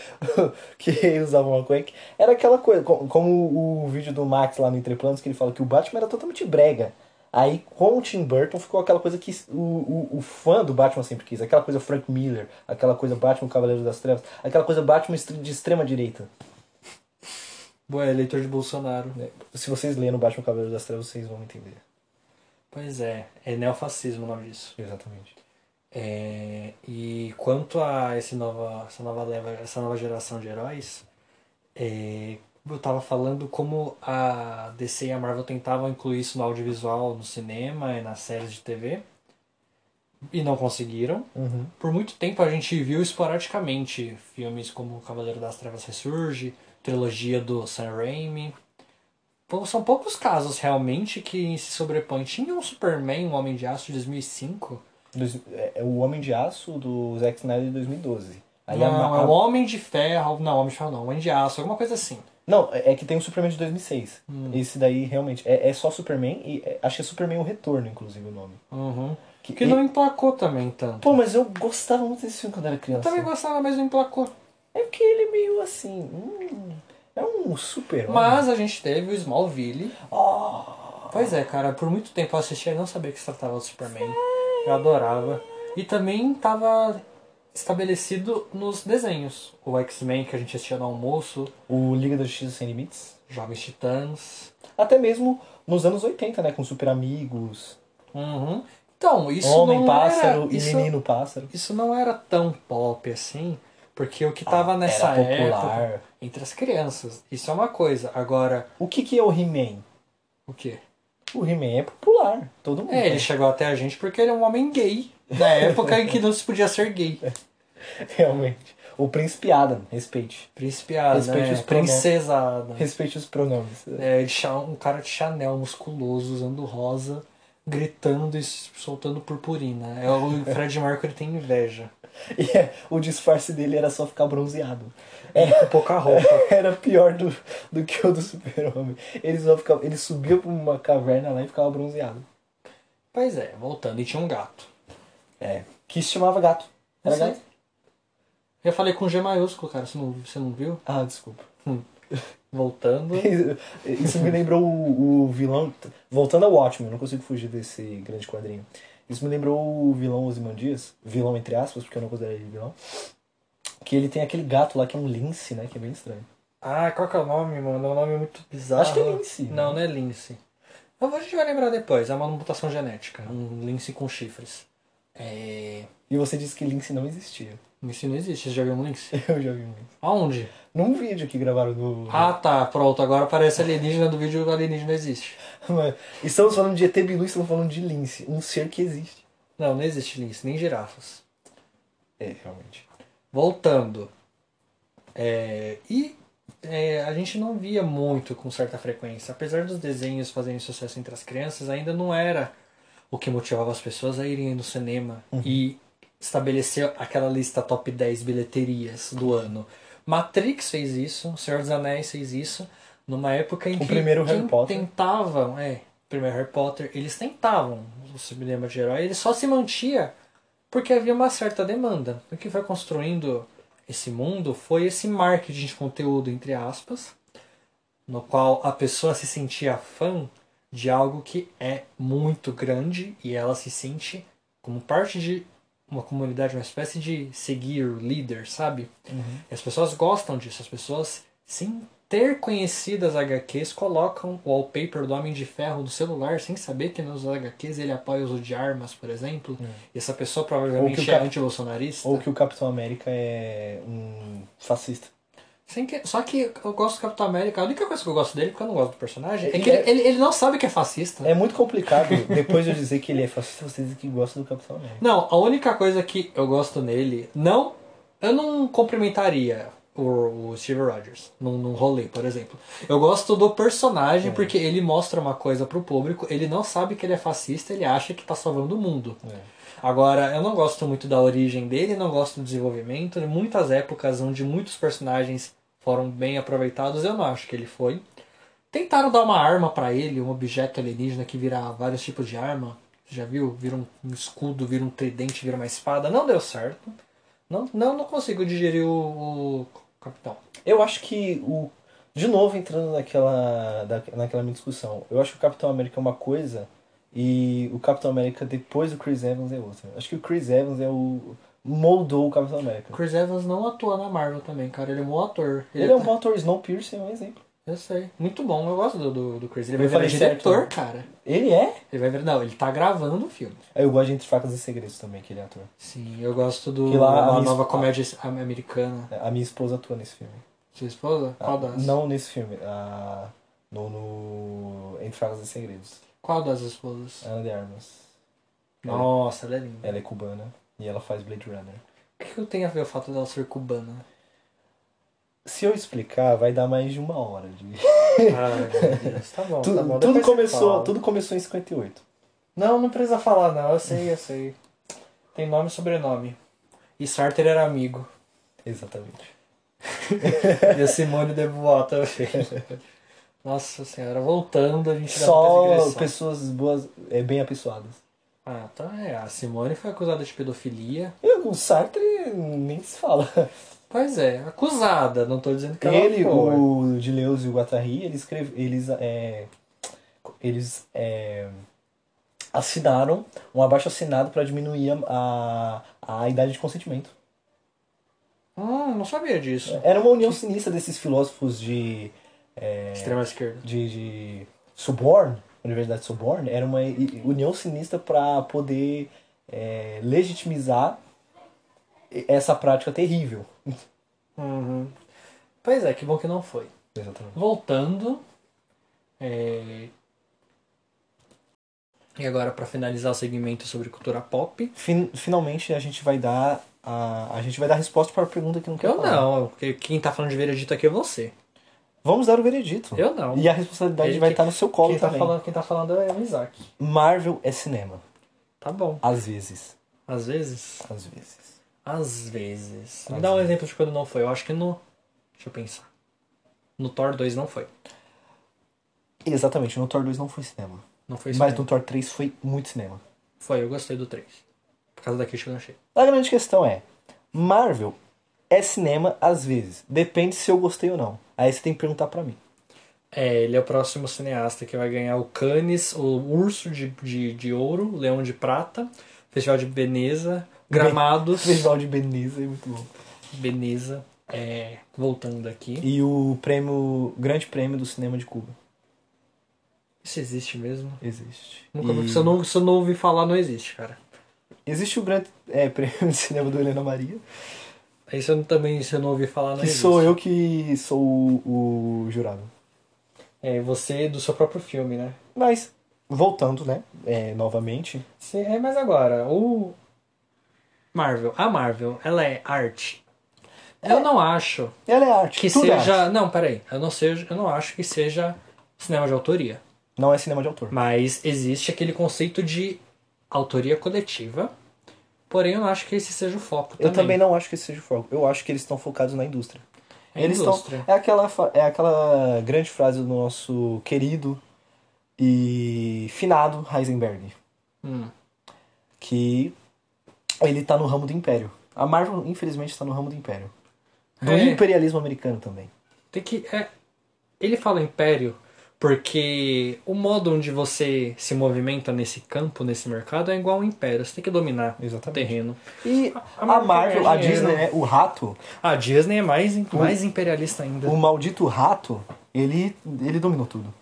Speaker 2: que usava uma cueca. Era aquela coisa, co- como o vídeo do Max lá no Entreplanos, que ele fala que o Batman era totalmente brega. Aí com o Tim Burton ficou aquela coisa que o, o, o fã do Batman sempre quis. Aquela coisa Frank Miller, aquela coisa Batman Cavaleiro das Trevas, aquela coisa Batman estre- de extrema direita.
Speaker 1: Bom, é eleitor de Bolsonaro.
Speaker 2: né? Se vocês lerem o Batman Cavaleiro das Trevas, vocês vão entender.
Speaker 1: Pois é, é neofascismo o nome disso.
Speaker 2: Exatamente.
Speaker 1: É, e quanto a esse nova, essa, nova leva, essa nova geração de heróis, é, eu tava falando como a DC e a Marvel tentavam incluir isso no audiovisual, no cinema e nas séries de TV, e não conseguiram.
Speaker 2: Uhum.
Speaker 1: Por muito tempo a gente viu esporadicamente filmes como Cavaleiro das Trevas Ressurge, trilogia do Sam Raimi. Pou- São poucos casos realmente que se sobrepõem. Tinha um Superman, um Homem de Aço de 2005,
Speaker 2: Dois- é- é o Homem de Aço do Zack Snyder de 2012. Aí a
Speaker 1: não,
Speaker 2: ma-
Speaker 1: é
Speaker 2: a-
Speaker 1: o Homem de Ferro. Não, Homem de Ferro não. Homem de Aço, alguma coisa assim.
Speaker 2: Não, é é que tem o Superman de 2006.
Speaker 1: Hum.
Speaker 2: Esse daí realmente é, é só Superman e é- acho que é Superman o Retorno, inclusive o nome.
Speaker 1: Uhum.
Speaker 2: Que-
Speaker 1: Que
Speaker 2: e-
Speaker 1: não emplacou também tanto. assim.
Speaker 2: Pô, mas eu gostava muito desse filme quando era
Speaker 1: Eu
Speaker 2: criança.
Speaker 1: também gostava, mas não emplacou.
Speaker 2: É porque ele é meio assim, hum, é um super.
Speaker 1: Mas a gente teve o Smallville.
Speaker 2: Oh,
Speaker 1: Pois é, cara, por muito tempo eu assistia e não sabia que se tratava do Superman. Eu adorava. E também tava estabelecido nos desenhos. O X-Men que a gente assistia no almoço,
Speaker 2: o Liga da Justiça sem Limites.
Speaker 1: Jovens Titãs.
Speaker 2: Até mesmo nos anos 80, né, com Super Amigos.
Speaker 1: Uhum. Então, isso
Speaker 2: Homem,
Speaker 1: não
Speaker 2: pássaro
Speaker 1: era,
Speaker 2: e
Speaker 1: isso,
Speaker 2: menino pássaro.
Speaker 1: isso não era tão pop assim, porque o que tava
Speaker 2: Ah,
Speaker 1: nessa
Speaker 2: era popular.
Speaker 1: época entre as crianças. Isso é uma coisa. Agora,
Speaker 2: O que, que é o He-Man?
Speaker 1: o quê?
Speaker 2: O He-Man é popular. Todo mundo.
Speaker 1: É, ele chegou até a gente porque ele é um homem gay. Na época em que não se podia ser gay.
Speaker 2: Realmente. O Príncipe Adam, respeite.
Speaker 1: Príncipe Adam,
Speaker 2: Respeite
Speaker 1: é,
Speaker 2: os pronomes.
Speaker 1: princesa Adam.
Speaker 2: Respeite os pronomes.
Speaker 1: É, de cha- um cara de Chanel musculoso, usando rosa, gritando e s- soltando purpurina. É, o Fred Mercury tem inveja.
Speaker 2: E é, o disfarce dele era só ficar bronzeado.
Speaker 1: Com pouca roupa.
Speaker 2: Era pior do, do que o do super-homem. Ele, só ficava- ele subia pra uma caverna lá e ficava bronzeado.
Speaker 1: Pois é, voltando, e tinha um gato.
Speaker 2: É. Que se chamava gato. Era
Speaker 1: Sim.
Speaker 2: gato?
Speaker 1: Eu falei com G maiúsculo, cara, você não, você não viu?
Speaker 2: Ah, desculpa.
Speaker 1: Voltando.
Speaker 2: Isso me lembrou o, o vilão. Voltando ao Watchmen, eu não consigo fugir desse grande quadrinho. Isso me lembrou o vilão Ozymandias, vilão entre aspas, porque eu não considero ele vilão. Que ele tem aquele gato lá que é um lince, né? Que é bem estranho.
Speaker 1: Ah, qual que é o nome, mano? É um nome muito bizarro.
Speaker 2: Acho que é lince.
Speaker 1: Não, não é lince. Eu vou- A gente vai lembrar depois, é uma mutação genética. Um lince com chifres. É.
Speaker 2: E você disse que lince não existia.
Speaker 1: Lince não existe, você já viu um lince?
Speaker 2: Eu já vi um lince.
Speaker 1: Aonde?
Speaker 2: Num vídeo que gravaram do.
Speaker 1: Ah tá, pronto, agora parece alienígena do vídeo alienígena existe.
Speaker 2: Mano, Estamos falando de ET Bilu, estamos falando de lince. Um ser que existe.
Speaker 1: Não, não existe lince, nem girafas.
Speaker 2: É, realmente.
Speaker 1: Voltando. É, e é, a gente não via muito com certa frequência. Apesar dos desenhos fazerem sucesso entre as crianças, ainda não era o que motivava as pessoas a irem no cinema
Speaker 2: Uhum.
Speaker 1: e estabelecer aquela lista top 10 bilheterias do ano. Matrix fez isso, Senhor dos Anéis fez isso, numa época em
Speaker 2: O
Speaker 1: que
Speaker 2: primeiro
Speaker 1: quem
Speaker 2: Harry Potter.
Speaker 1: tentavam, é, o primeiro Harry Potter, eles tentavam o cinema de herói, ele só se mantia porque havia uma certa demanda. O que foi construindo esse mundo foi esse marketing de conteúdo, entre aspas, no qual a pessoa se sentia fã de algo que é muito grande e ela se sente como parte de uma comunidade, uma espécie de seguir o líder, sabe? E as pessoas gostam disso, as pessoas, sem ter conhecido as HQs, colocam o wallpaper do Homem de Ferro no celular sem saber que nos HQs ele apoia o uso de armas, por exemplo. E essa pessoa provavelmente é
Speaker 2: cap-
Speaker 1: anti-bolsonarista.
Speaker 2: Ou que o Capitão América é um fascista.
Speaker 1: Sem que- Só que eu gosto do Capitão América. A única coisa que eu gosto dele, porque eu não gosto do personagem, é
Speaker 2: Ele
Speaker 1: que ele,
Speaker 2: é-
Speaker 1: ele, ele não sabe que é fascista.
Speaker 2: É muito complicado depois de eu dizer que ele é fascista, você dizer que gosta do Capitão América.
Speaker 1: Não, a única coisa que eu gosto nele, não. Eu não cumprimentaria o, o Steve Rogers num, num rolê, por exemplo. Eu gosto do
Speaker 2: É.
Speaker 1: personagem porque ele mostra uma coisa pro público, ele não sabe que ele é fascista, ele acha que tá salvando o mundo.
Speaker 2: É.
Speaker 1: Agora, eu não gosto muito da origem dele, não gosto do desenvolvimento. Em muitas épocas onde muitos personagens foram bem aproveitados, eu não acho que ele foi. Tentaram dar uma arma pra ele, um objeto alienígena que vira vários tipos de arma. Você já viu? Vira um um escudo, vira um tridente, vira uma espada. Não deu certo. Não, não, não consigo digerir o, o capitão.
Speaker 2: Eu acho que o. De novo entrando naquela, da- naquela minha discussão. Eu acho que o Capitão América é uma coisa e o Capitão América depois do Chris Evans é outra. Acho que o Chris Evans é o. moldou o Capitão
Speaker 1: O
Speaker 2: América.
Speaker 1: Chris Evans não atua na Marvel também, cara. Ele é um bom ator.
Speaker 2: Ele é um bom ator, Snowpiercer é um exemplo.
Speaker 1: Eu sei. Muito bom, eu gosto do, do, do Chris. Ele
Speaker 2: Eu
Speaker 1: vai virar
Speaker 2: falei
Speaker 1: diretor,
Speaker 2: certo.
Speaker 1: cara.
Speaker 2: Ele é?
Speaker 1: Ele vai virar. Não, ele tá gravando o filme.
Speaker 2: Aí Eu gosto de Entre Facas e Segredos também, que ele é ator.
Speaker 1: Sim, eu gosto do
Speaker 2: Que lá a
Speaker 1: da
Speaker 2: Miss-
Speaker 1: nova comédia americana.
Speaker 2: É, A minha esposa atua nesse filme. Ah,
Speaker 1: Sua esposa? Qual das?
Speaker 2: Não nesse filme. ah, no, no Entre Facas e Segredos.
Speaker 1: Qual das esposas?
Speaker 2: Ana de Armas.
Speaker 1: Nossa, ela é linda.
Speaker 2: Ela é cubana e ela faz Blade Runner.
Speaker 1: O que, que tem a ver o fato dela ser cubana?
Speaker 2: Se eu explicar, vai dar mais de uma hora. De...
Speaker 1: Ai, meu Deus. Tá bom,
Speaker 2: Tu-
Speaker 1: tá bom.
Speaker 2: tudo,
Speaker 1: Depois você
Speaker 2: começou,
Speaker 1: fala.
Speaker 2: tudo começou em 58.
Speaker 1: Não, não precisa falar, não. Eu sei, eu sei. Tem nome e sobrenome. E Sartre era amigo.
Speaker 2: Exatamente.
Speaker 1: E a Simone de Beauvoir também. Nossa senhora, voltando, a gente dá muita
Speaker 2: Só
Speaker 1: digressão.
Speaker 2: pessoas boas, é, bem apessoadas.
Speaker 1: Ah, então é. A Simone foi acusada de pedofilia.
Speaker 2: Eu, o Sartre nem se fala.
Speaker 1: Pois é, acusada. Não tô dizendo que ela
Speaker 2: Ele,
Speaker 1: foi.
Speaker 2: o Deleuze e o Guattari, eles, escreve- eles, é, eles é, assinaram um abaixo-assinado para diminuir a, a, a idade de consentimento.
Speaker 1: Hum, não sabia disso.
Speaker 2: Era uma união sinistra desses filósofos de... é,
Speaker 1: Extrema esquerda.
Speaker 2: de, de suborno Universidade Soborn era uma i- união sinistra para poder é, legitimizar essa prática terrível.
Speaker 1: Uhum. Pois é, que bom que não foi.
Speaker 2: Exatamente.
Speaker 1: Voltando. é, E agora, para finalizar o segmento sobre cultura pop.
Speaker 2: Fin- finalmente a gente vai dar a, a gente vai dar resposta para a pergunta que não quer
Speaker 1: Eu
Speaker 2: falar.
Speaker 1: não, porque quem tá falando de veredito aqui é você.
Speaker 2: Vamos dar o veredito.
Speaker 1: Eu não.
Speaker 2: E a responsabilidade
Speaker 1: Ele
Speaker 2: vai
Speaker 1: que-
Speaker 2: estar no seu colo
Speaker 1: Quem tá,
Speaker 2: também.
Speaker 1: falando, quem tá falando é o Isaac.
Speaker 2: Marvel é cinema.
Speaker 1: Tá bom.
Speaker 2: Às vezes.
Speaker 1: Às vezes.
Speaker 2: Às vezes.
Speaker 1: Às vezes. Me
Speaker 2: Às
Speaker 1: dá um
Speaker 2: vezes.
Speaker 1: exemplo de quando não foi. Eu acho que no. Deixa eu pensar. No Thor 2 não foi.
Speaker 2: Exatamente, no Thor 2 não foi cinema.
Speaker 1: Não foi isso.
Speaker 2: mas
Speaker 1: mesmo.
Speaker 2: no Thor 3 foi muito cinema.
Speaker 1: Foi, eu gostei do 3. Por causa da crítica que eu achei.
Speaker 2: A grande questão é: Marvel é cinema às vezes. Depende se eu gostei ou não. Aí você tem que perguntar pra mim.
Speaker 1: É, ele é o próximo cineasta que vai ganhar o Cannes, o Urso de, de, de Ouro, o Leão de Prata, Festival de Veneza, Gramados,
Speaker 2: Festival de Beniza é muito bom.
Speaker 1: Veneza, é, voltando aqui.
Speaker 2: E o prêmio, grande prêmio do cinema de Cuba.
Speaker 1: Isso existe mesmo?
Speaker 2: Existe.
Speaker 1: Nunca,
Speaker 2: E-
Speaker 1: se, eu não, se eu não ouvi falar, não existe, cara.
Speaker 2: Existe o grande é, prêmio de cinema do Helena Maria.
Speaker 1: Isso eu não- também, se eu não ouvi falar, não
Speaker 2: Que
Speaker 1: existe.
Speaker 2: sou eu que sou o, o jurado.
Speaker 1: É, você do seu próprio filme, né?
Speaker 2: Mas, voltando, né? é, novamente.
Speaker 1: Se, é, mas agora, o... Marvel, a Marvel, ela é arte. Eu não acho
Speaker 2: Ela é arte.
Speaker 1: que
Speaker 2: tudo é
Speaker 1: seja.
Speaker 2: arte.
Speaker 1: Não, peraí. Eu não, seja, eu não acho que seja cinema de autoria.
Speaker 2: Não é cinema de autor.
Speaker 1: Mas existe aquele conceito de autoria coletiva. Porém, eu não acho que esse seja o foco.
Speaker 2: Eu também não acho que esse seja o foco. Eu acho que eles estão focados na indústria.
Speaker 1: É
Speaker 2: eles
Speaker 1: indústria.
Speaker 2: Estão, é, aquela, fa- é aquela grande frase do nosso querido e finado Heisenberg.
Speaker 1: Hum.
Speaker 2: Que ele tá no ramo do império. A Marvel, infelizmente, está no ramo do império. Do
Speaker 1: É.
Speaker 2: imperialismo americano também.
Speaker 1: Tem que. É, ele fala império porque o modo onde você se movimenta nesse campo, nesse mercado, é igual ao império. Você tem que dominar o
Speaker 2: Exatamente.
Speaker 1: terreno.
Speaker 2: E
Speaker 1: A
Speaker 2: a
Speaker 1: Marvel é,
Speaker 2: Marvel,
Speaker 1: ganha
Speaker 2: a
Speaker 1: dinheiro.
Speaker 2: Disney, né? O rato,
Speaker 1: A Disney é mais, mais imperialista ainda.
Speaker 2: o maldito rato, ele, ele dominou tudo.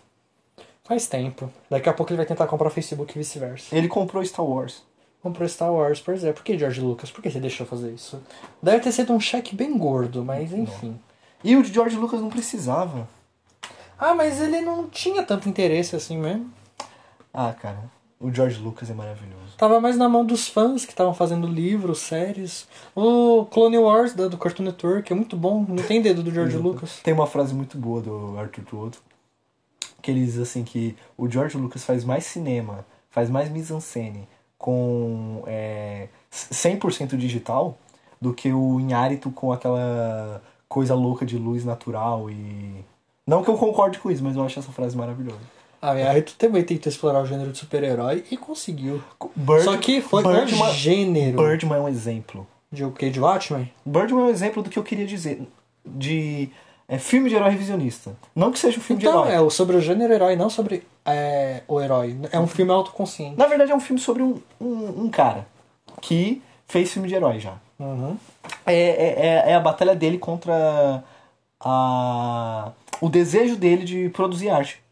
Speaker 1: Faz tempo. Daqui a pouco ele vai tentar comprar o Facebook e vice-versa.
Speaker 2: Ele comprou Star Wars.
Speaker 1: comprou Star Wars, por exemplo. Por que George Lucas? Por que você deixou fazer isso? Deve ter sido um cheque bem gordo, mas enfim.
Speaker 2: E o de George Lucas não precisava.
Speaker 1: Ah, mas ele não tinha tanto interesse assim mesmo.
Speaker 2: Ah, cara, o George Lucas é maravilhoso.
Speaker 1: Tava mais na mão dos fãs que estavam fazendo livros, séries. O Clone Wars da, do Cartoon Network é muito bom. Não tem dedo do
Speaker 2: Uhum.
Speaker 1: George Lucas.
Speaker 2: Tem uma frase muito boa do Arthur Tuoto, que ele diz assim que o George Lucas faz mais cinema, faz mais mise-en-scène com é, 100% digital do que o Inhárito com aquela coisa louca de luz natural e... Não que eu concorde com isso, mas eu acho essa frase maravilhosa.
Speaker 1: Ah, e aí tu também tentou explorar o gênero de super-herói e conseguiu.
Speaker 2: Bird,
Speaker 1: Só que foi um
Speaker 2: Birdman,
Speaker 1: gênero
Speaker 2: Birdman é um exemplo.
Speaker 1: de o que? De Watchmen?
Speaker 2: Birdman é um exemplo do que eu queria dizer. De é, filme de herói revisionista. Não que seja um filme
Speaker 1: Então,
Speaker 2: de herói.
Speaker 1: é o- sobre o gênero herói, não sobre é, o herói. É um filme autoconsciente.
Speaker 2: Na verdade, é um filme sobre um, um, um cara que fez filme de herói já.
Speaker 1: Uhum.
Speaker 2: É, é, é- é a batalha dele contra a, o desejo dele de produzir arte.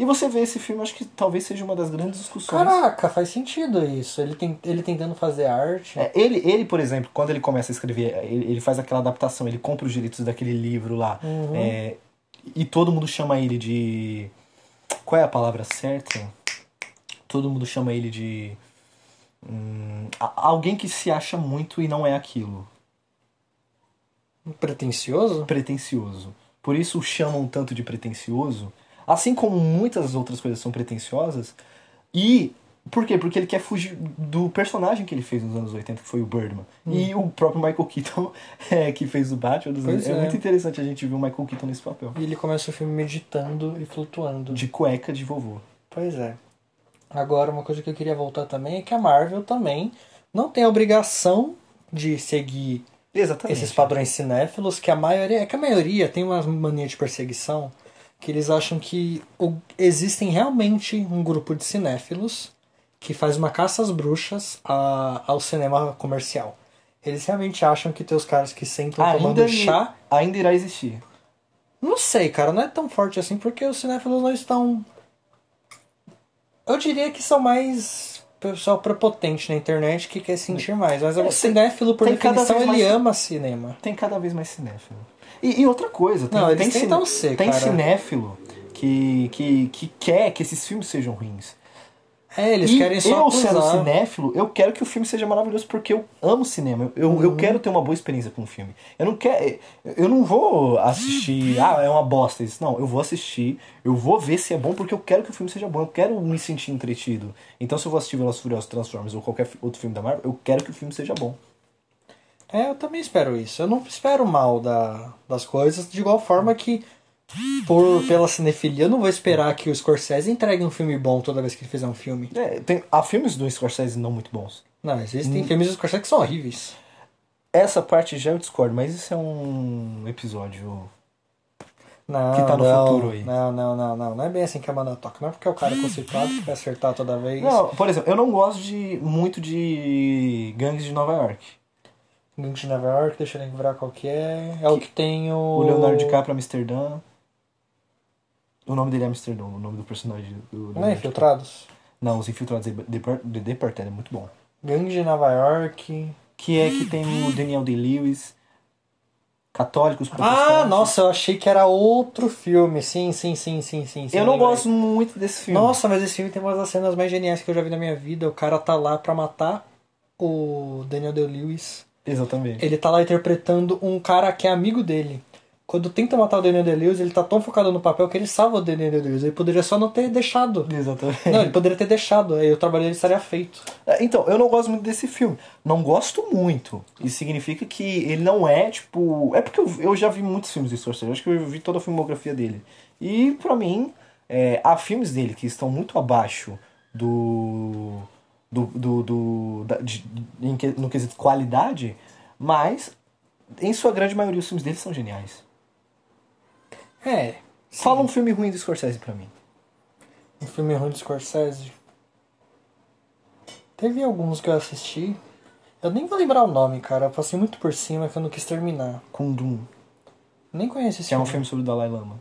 Speaker 2: E você vê esse filme, acho que talvez seja uma das grandes discussões.
Speaker 1: Caraca, faz sentido isso. Ele, tem, ele tentando fazer arte.
Speaker 2: É, ele, ele, por exemplo, quando ele começa a escrever, ele, ele faz aquela adaptação, ele compra os direitos daquele livro lá.
Speaker 1: Uhum.
Speaker 2: é, e todo mundo chama ele de. Qual é a palavra certa? Todo mundo chama ele de. hum, a- alguém que se acha muito e não é aquilo.
Speaker 1: Pretencioso?
Speaker 2: Pretencioso. Por isso o chamam tanto de pretencioso. Assim como muitas outras coisas são pretenciosas. E. Por quê? Porque ele quer fugir do personagem que ele fez nos anos 80, que foi o Birdman.
Speaker 1: Hum.
Speaker 2: E o próprio Michael Keaton, é, que fez o Batman. dos anos-
Speaker 1: Pois
Speaker 2: é.
Speaker 1: é.
Speaker 2: muito interessante a gente ver o Michael Keaton nesse papel.
Speaker 1: E ele começa o filme meditando e flutuando.
Speaker 2: De cueca de vovô.
Speaker 1: Pois é. Agora, uma coisa que eu queria voltar também é que a Marvel também não tem a obrigação de seguir
Speaker 2: Exatamente.
Speaker 1: esses padrões cinéfilos, que a maioria. É que a maioria tem uma mania de perseguição que eles acham que o- existem realmente um grupo de cinéfilos que faz uma caça às bruxas a- ao cinema comercial. Eles realmente acham que tem os caras que sentam
Speaker 2: ainda,
Speaker 1: tomando chá.
Speaker 2: ainda irá existir.
Speaker 1: Não sei, cara, não é tão forte assim porque os cinéfilos não estão Eu diria que são mais pessoal prepotente na internet que quer sentir mais. Mas o cinéfilo, por
Speaker 2: É. tem cada
Speaker 1: definição,
Speaker 2: vez
Speaker 1: ele
Speaker 2: mais-
Speaker 1: ama cinema.
Speaker 2: Tem cada vez mais cinéfilo. E, e outra coisa, tem,
Speaker 1: Não, eles
Speaker 2: tem,
Speaker 1: tentam
Speaker 2: cine-
Speaker 1: ser,
Speaker 2: tem
Speaker 1: cara.
Speaker 2: cinéfilo que, que, que quer que esses filmes sejam ruins.
Speaker 1: É, eles
Speaker 2: E
Speaker 1: querem só
Speaker 2: eu
Speaker 1: acusar.
Speaker 2: sendo cinéfilo, eu quero que o filme seja maravilhoso porque eu amo cinema. Eu,
Speaker 1: Uhum.
Speaker 2: eu quero ter uma boa experiência com o filme. Eu não quero, eu não vou
Speaker 1: Uhum.
Speaker 2: assistir, ah, é uma bosta isso. Não, eu vou assistir, eu vou ver se é bom porque eu quero que o filme seja bom. Eu quero me sentir entretido. Então se eu vou assistir Velozes e Furiosos, Transformers ou qualquer fi- outro filme da Marvel, eu quero que o filme seja bom.
Speaker 1: É, eu também espero isso. Eu não espero mal da, das coisas, de igual forma que, por, pela cinefilia, eu não vou esperar que o Scorsese entregue um filme bom toda vez que ele fizer um filme.
Speaker 2: É, tem, há filmes do Scorsese não muito bons.
Speaker 1: Não,
Speaker 2: Hum.
Speaker 1: existem filmes do Scorsese que são horríveis.
Speaker 2: Essa parte já eu discordo, mas isso é um episódio.
Speaker 1: Não,
Speaker 2: Que tá no
Speaker 1: não,
Speaker 2: futuro aí.
Speaker 1: Não, não, não, não. Não é bem assim que a banda toca. Não é porque é o cara conceituado que vai acertar toda vez.
Speaker 2: Não, por exemplo, eu não gosto de muito de Gangues de Nova York.
Speaker 1: Gangs de Nova York, deixa eu lembrar qual que é. É o que tem o.
Speaker 2: O Leonardo DiCaprio é Amsterdã. O nome dele é Amsterdã, o nome do personagem do. do
Speaker 1: Não é Infiltrados?
Speaker 2: Não, os infiltrados de Depar- de Departed é muito bom.
Speaker 1: Gangs de Nova York.
Speaker 2: Que é que tem o Daniel Day-Lewis. Católicos,
Speaker 1: Hum. Ah,
Speaker 2: protestantes.
Speaker 1: nossa, eu achei que era outro filme. Sim, sim, sim, sim, sim. sim,
Speaker 2: Eu não
Speaker 1: lembrei.
Speaker 2: gosto muito desse filme.
Speaker 1: Nossa, mas esse filme tem uma das cenas mais geniais que eu já vi na minha vida. O cara tá lá pra matar o Daniel Day-Lewis.
Speaker 2: Exatamente.
Speaker 1: Ele tá lá interpretando um cara que é amigo dele. Quando tenta matar o Daniel Day-Lewis, ele tá tão focado no papel que ele salva o Daniel Day-Lewis. Ele poderia só não ter deixado.
Speaker 2: Exatamente.
Speaker 1: Não, ele poderia ter deixado. Aí o trabalho dele estaria feito.
Speaker 2: É, Então, eu não gosto muito desse filme. Não gosto muito. Isso significa que ele não é, tipo. É porque eu, eu já vi muitos filmes do Scorsese. Acho que eu vi toda a filmografia dele. E, pra mim, é, há filmes dele que estão muito abaixo do. do. do. do- da- de- em que- no quesito qualidade, mas, em sua grande maioria, os filmes dele são geniais.
Speaker 1: É.
Speaker 2: Fala um filme ruim do Scorsese pra mim.
Speaker 1: Um filme ruim do Scorsese. Teve alguns que eu assisti. Eu nem vou lembrar o nome, cara. Eu passei muito por cima que eu não quis terminar.
Speaker 2: Kundun,
Speaker 1: Nem conheço esse
Speaker 2: que é um filme sobre o Dalai Lama.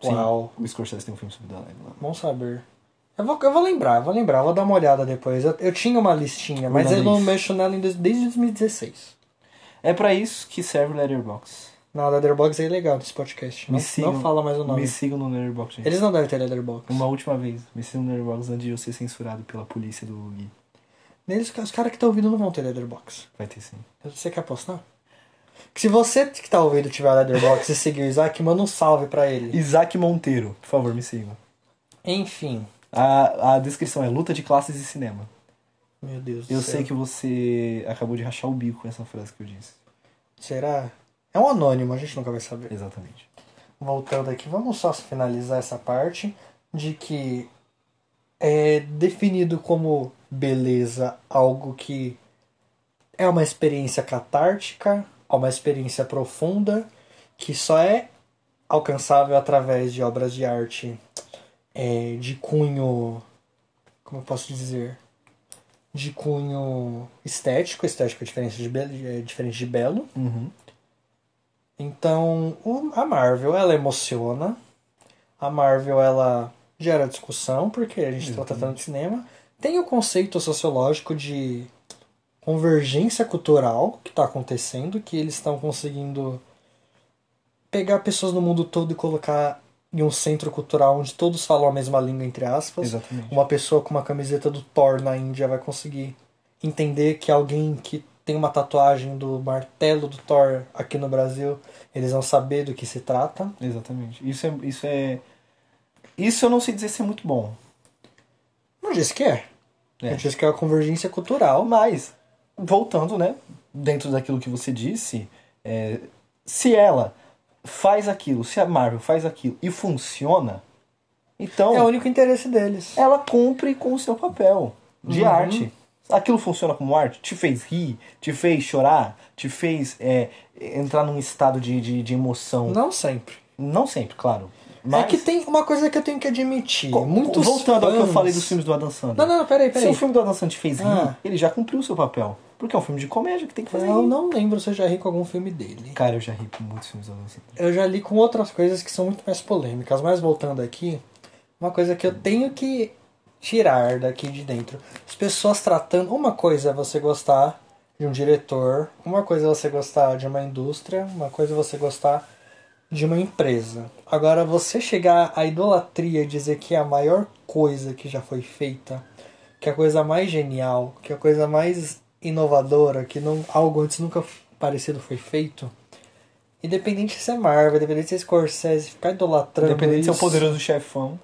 Speaker 2: Sim,
Speaker 1: Uau.
Speaker 2: o Scorsese tem um filme sobre o Dalai Lama.
Speaker 1: Bom saber. Eu vou, eu vou lembrar, eu vou lembrar, eu vou dar uma olhada depois. Eu, eu tinha uma listinha, mas
Speaker 2: dar
Speaker 1: eu não
Speaker 2: isso.
Speaker 1: mexo nela em dois- desde 2016.
Speaker 2: É pra isso que serve o Letterboxd.
Speaker 1: Na Leatherbox é legal desse podcast. Não,
Speaker 2: Me sigam.
Speaker 1: não fala mais o nome.
Speaker 2: Me sigam no Letterboxd, gente.
Speaker 1: Eles não devem ter Leatherbox.
Speaker 2: Uma última vez. Me sigam no Letterboxd antes de eu ser censurado pela polícia do Gui.
Speaker 1: Neles, os caras que estão ouvindo não vão ter Leatherbox.
Speaker 2: Vai ter sim.
Speaker 1: Você quer apostar? Que se você que tá ouvindo tiver Leatherbox e seguir o Isaac, manda um salve pra ele.
Speaker 2: Isaac Monteiro. Por favor, me sigam.
Speaker 1: Enfim.
Speaker 2: A, a descrição é luta de classes e cinema.
Speaker 1: Meu Deus do
Speaker 2: Eu
Speaker 1: céu.
Speaker 2: sei que você acabou de rachar o bico com essa frase que eu disse.
Speaker 1: Será? É um anônimo, a gente nunca vai saber.
Speaker 2: Exatamente.
Speaker 1: voltando aqui, vamos só finalizar essa parte de que é definido como beleza algo que é uma experiência catártica, é uma experiência profunda, que só é alcançável através de obras de arte é, de cunho. Como eu posso dizer? De cunho estético, estético é diferente de belo, é diferente de belo.
Speaker 2: Uhum.
Speaker 1: Então, o- a Marvel, ela emociona. A Marvel, ela gera discussão, porque a gente está tratando de cinema. Tem o conceito sociológico de convergência cultural que está acontecendo, que eles estão conseguindo pegar pessoas no mundo todo e colocar em um centro cultural onde todos falam a mesma língua, entre aspas.
Speaker 2: Exatamente.
Speaker 1: Uma pessoa com uma camiseta do Thor na Índia vai conseguir entender que alguém que tem uma tatuagem do martelo do Thor aqui no Brasil, eles vão saber do que se trata.
Speaker 2: Exatamente. Isso é, isso é. Isso eu não sei dizer se é muito bom.
Speaker 1: Não disse que é.
Speaker 2: É.
Speaker 1: Eu disse que é uma convergência cultural.
Speaker 2: Mas, voltando, né? Dentro daquilo que você disse, é, se ela faz aquilo, se a Marvel faz aquilo e funciona, então
Speaker 1: É o único interesse deles.
Speaker 2: ela cumpre com o seu papel de
Speaker 1: Uhum.
Speaker 2: arte. Aquilo funciona como arte? Te fez rir? Te fez chorar? Te fez é, entrar num estado de, de, de emoção? Não,
Speaker 1: Não sempre.
Speaker 2: sempre, claro.
Speaker 1: Mas...
Speaker 2: Mas,
Speaker 1: É que tem uma coisa que eu tenho que admitir.
Speaker 2: co-
Speaker 1: Muitos
Speaker 2: voltando ao que eu
Speaker 1: fãs-
Speaker 2: falei dos filmes do Adam Sandler.
Speaker 1: Não, não, não, peraí,
Speaker 2: se o
Speaker 1: peraí.
Speaker 2: filme do Adam Sandler te fez rir,
Speaker 1: Ah.
Speaker 2: ele já cumpriu o seu papel. Porque é um filme de comédia que tem que fazer
Speaker 1: Eu
Speaker 2: rir.
Speaker 1: não lembro se eu já ri com algum filme dele.
Speaker 2: Cara, eu já ri com muitos filmes da Adam Sandler.
Speaker 1: eu já li com outras coisas que são muito mais polêmicas, mas voltando aqui, uma coisa que eu tenho que tirar daqui de dentro. As pessoas tratando. Uma coisa é você gostar de um diretor, uma coisa é você gostar de uma indústria, uma coisa é você gostar de uma empresa. Agora, você chegar à idolatria e dizer que é a maior coisa que já foi feita, que é a coisa mais genial, que é a coisa mais inovadora, que não, algo antes nunca parecido foi feito. Independente se é Marvel, independente se é Scorsese, ficar idolatrando.
Speaker 2: Independente se é o
Speaker 1: isso,
Speaker 2: poderoso chefão.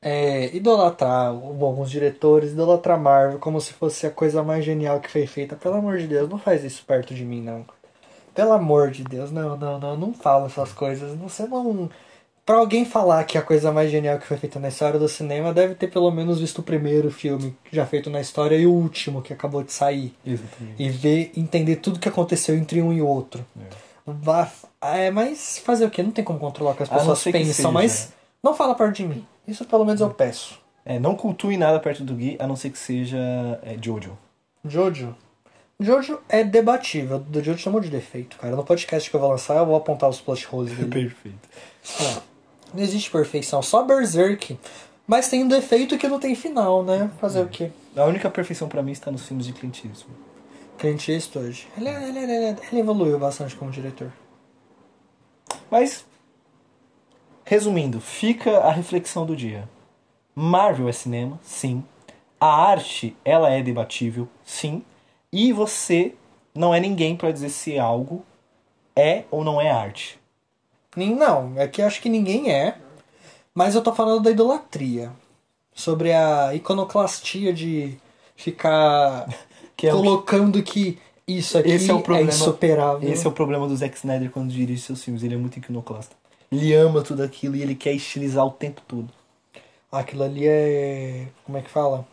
Speaker 1: é, idolatrar bom, alguns diretores, idolatrar Marvel como se fosse a coisa mais genial que foi feita. Pelo amor de Deus, não faz isso perto de mim, não. Pelo amor de Deus, não, não, não, não fala essas coisas. Não sei, não. Pra alguém falar que é a coisa mais genial que foi feita na história do cinema, deve ter pelo menos visto o primeiro filme já feito na história e o último que acabou de sair
Speaker 2: Exatamente.
Speaker 1: e ver, entender tudo que aconteceu entre um e outro. Vá- É, mas fazer o quê? Não tem como controlar o que as
Speaker 2: A não
Speaker 1: pessoas
Speaker 2: ser que
Speaker 1: pensam,
Speaker 2: seja.
Speaker 1: mas não fala perto de mim. Isso pelo menos eu peço.
Speaker 2: É, não cultue nada perto do Gui, a não ser que seja é, Jojo.
Speaker 1: Jojo. Jojo é debatível. Do Jojo chamou de defeito, cara. No podcast que eu vou lançar, eu vou apontar os plot holes dele.
Speaker 2: É Perfeito.
Speaker 1: Não, não existe perfeição, só Berserk. Mas tem um defeito que não tem final, né?
Speaker 2: Hum.
Speaker 1: Fazer o quê?
Speaker 2: A única perfeição pra mim está nos filmes de Clint Eastwood.
Speaker 1: Clint Eastwood. Ele, é, ele, ele, ele evoluiu bastante como diretor.
Speaker 2: Mas, resumindo, fica a reflexão do dia. Marvel é cinema, sim. A arte, ela é debatível, sim. E você não é ninguém pra dizer se algo é ou não é arte.
Speaker 1: Nem- Não, é que eu acho que ninguém é. Mas eu tô falando da idolatria. Sobre a iconoclastia de ficar
Speaker 2: Que é o-
Speaker 1: colocando que isso aqui
Speaker 2: Esse é o problema.
Speaker 1: insuperável.
Speaker 2: Esse é o problema do Zack Snyder quando dirige seus filmes. Ele é muito iconoclasta. Ele ama tudo aquilo e ele quer estilizar o tempo todo.
Speaker 1: Aquilo ali é. Como é que fala?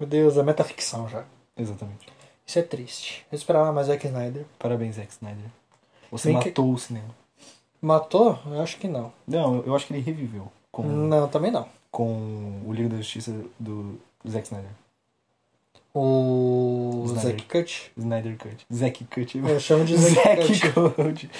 Speaker 1: Meu Deus, é metaficção já.
Speaker 2: Exatamente.
Speaker 1: Isso é triste. Eu esperava mais Zack Snyder.
Speaker 2: Parabéns, Zack Snyder. Você
Speaker 1: Bem que-
Speaker 2: matou o cinema.
Speaker 1: Matou? Eu acho que não.
Speaker 2: Não, eu, eu acho que ele reviveu com,
Speaker 1: Não, também não.
Speaker 2: com o Liga da Justiça do Zack Snyder.
Speaker 1: O.
Speaker 2: Snyder.
Speaker 1: Zack Cut.
Speaker 2: Snyder Cut. Zack Cut.
Speaker 1: Eu chamo de É, Zack Cut.
Speaker 2: Zack Cut.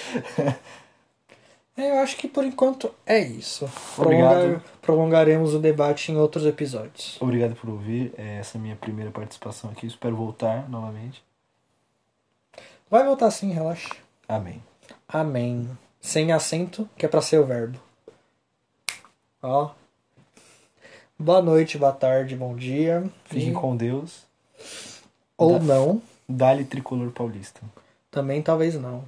Speaker 1: É, eu acho que por enquanto é isso.
Speaker 2: Obrigado.
Speaker 1: prolongaremos o debate em outros episódios.
Speaker 2: Obrigado por ouvir. É essa é a minha primeira participação aqui. Espero voltar novamente.
Speaker 1: Vai voltar sim, relaxa.
Speaker 2: Amém.
Speaker 1: Amém. Sem acento, que é pra ser o verbo. Ó. Boa noite, boa tarde, bom dia.
Speaker 2: Fiquem com Deus.
Speaker 1: Ou
Speaker 2: Da-
Speaker 1: não.
Speaker 2: Dá-lhe tricolor paulista.
Speaker 1: Também talvez não.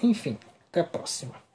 Speaker 1: Enfim, até a próxima.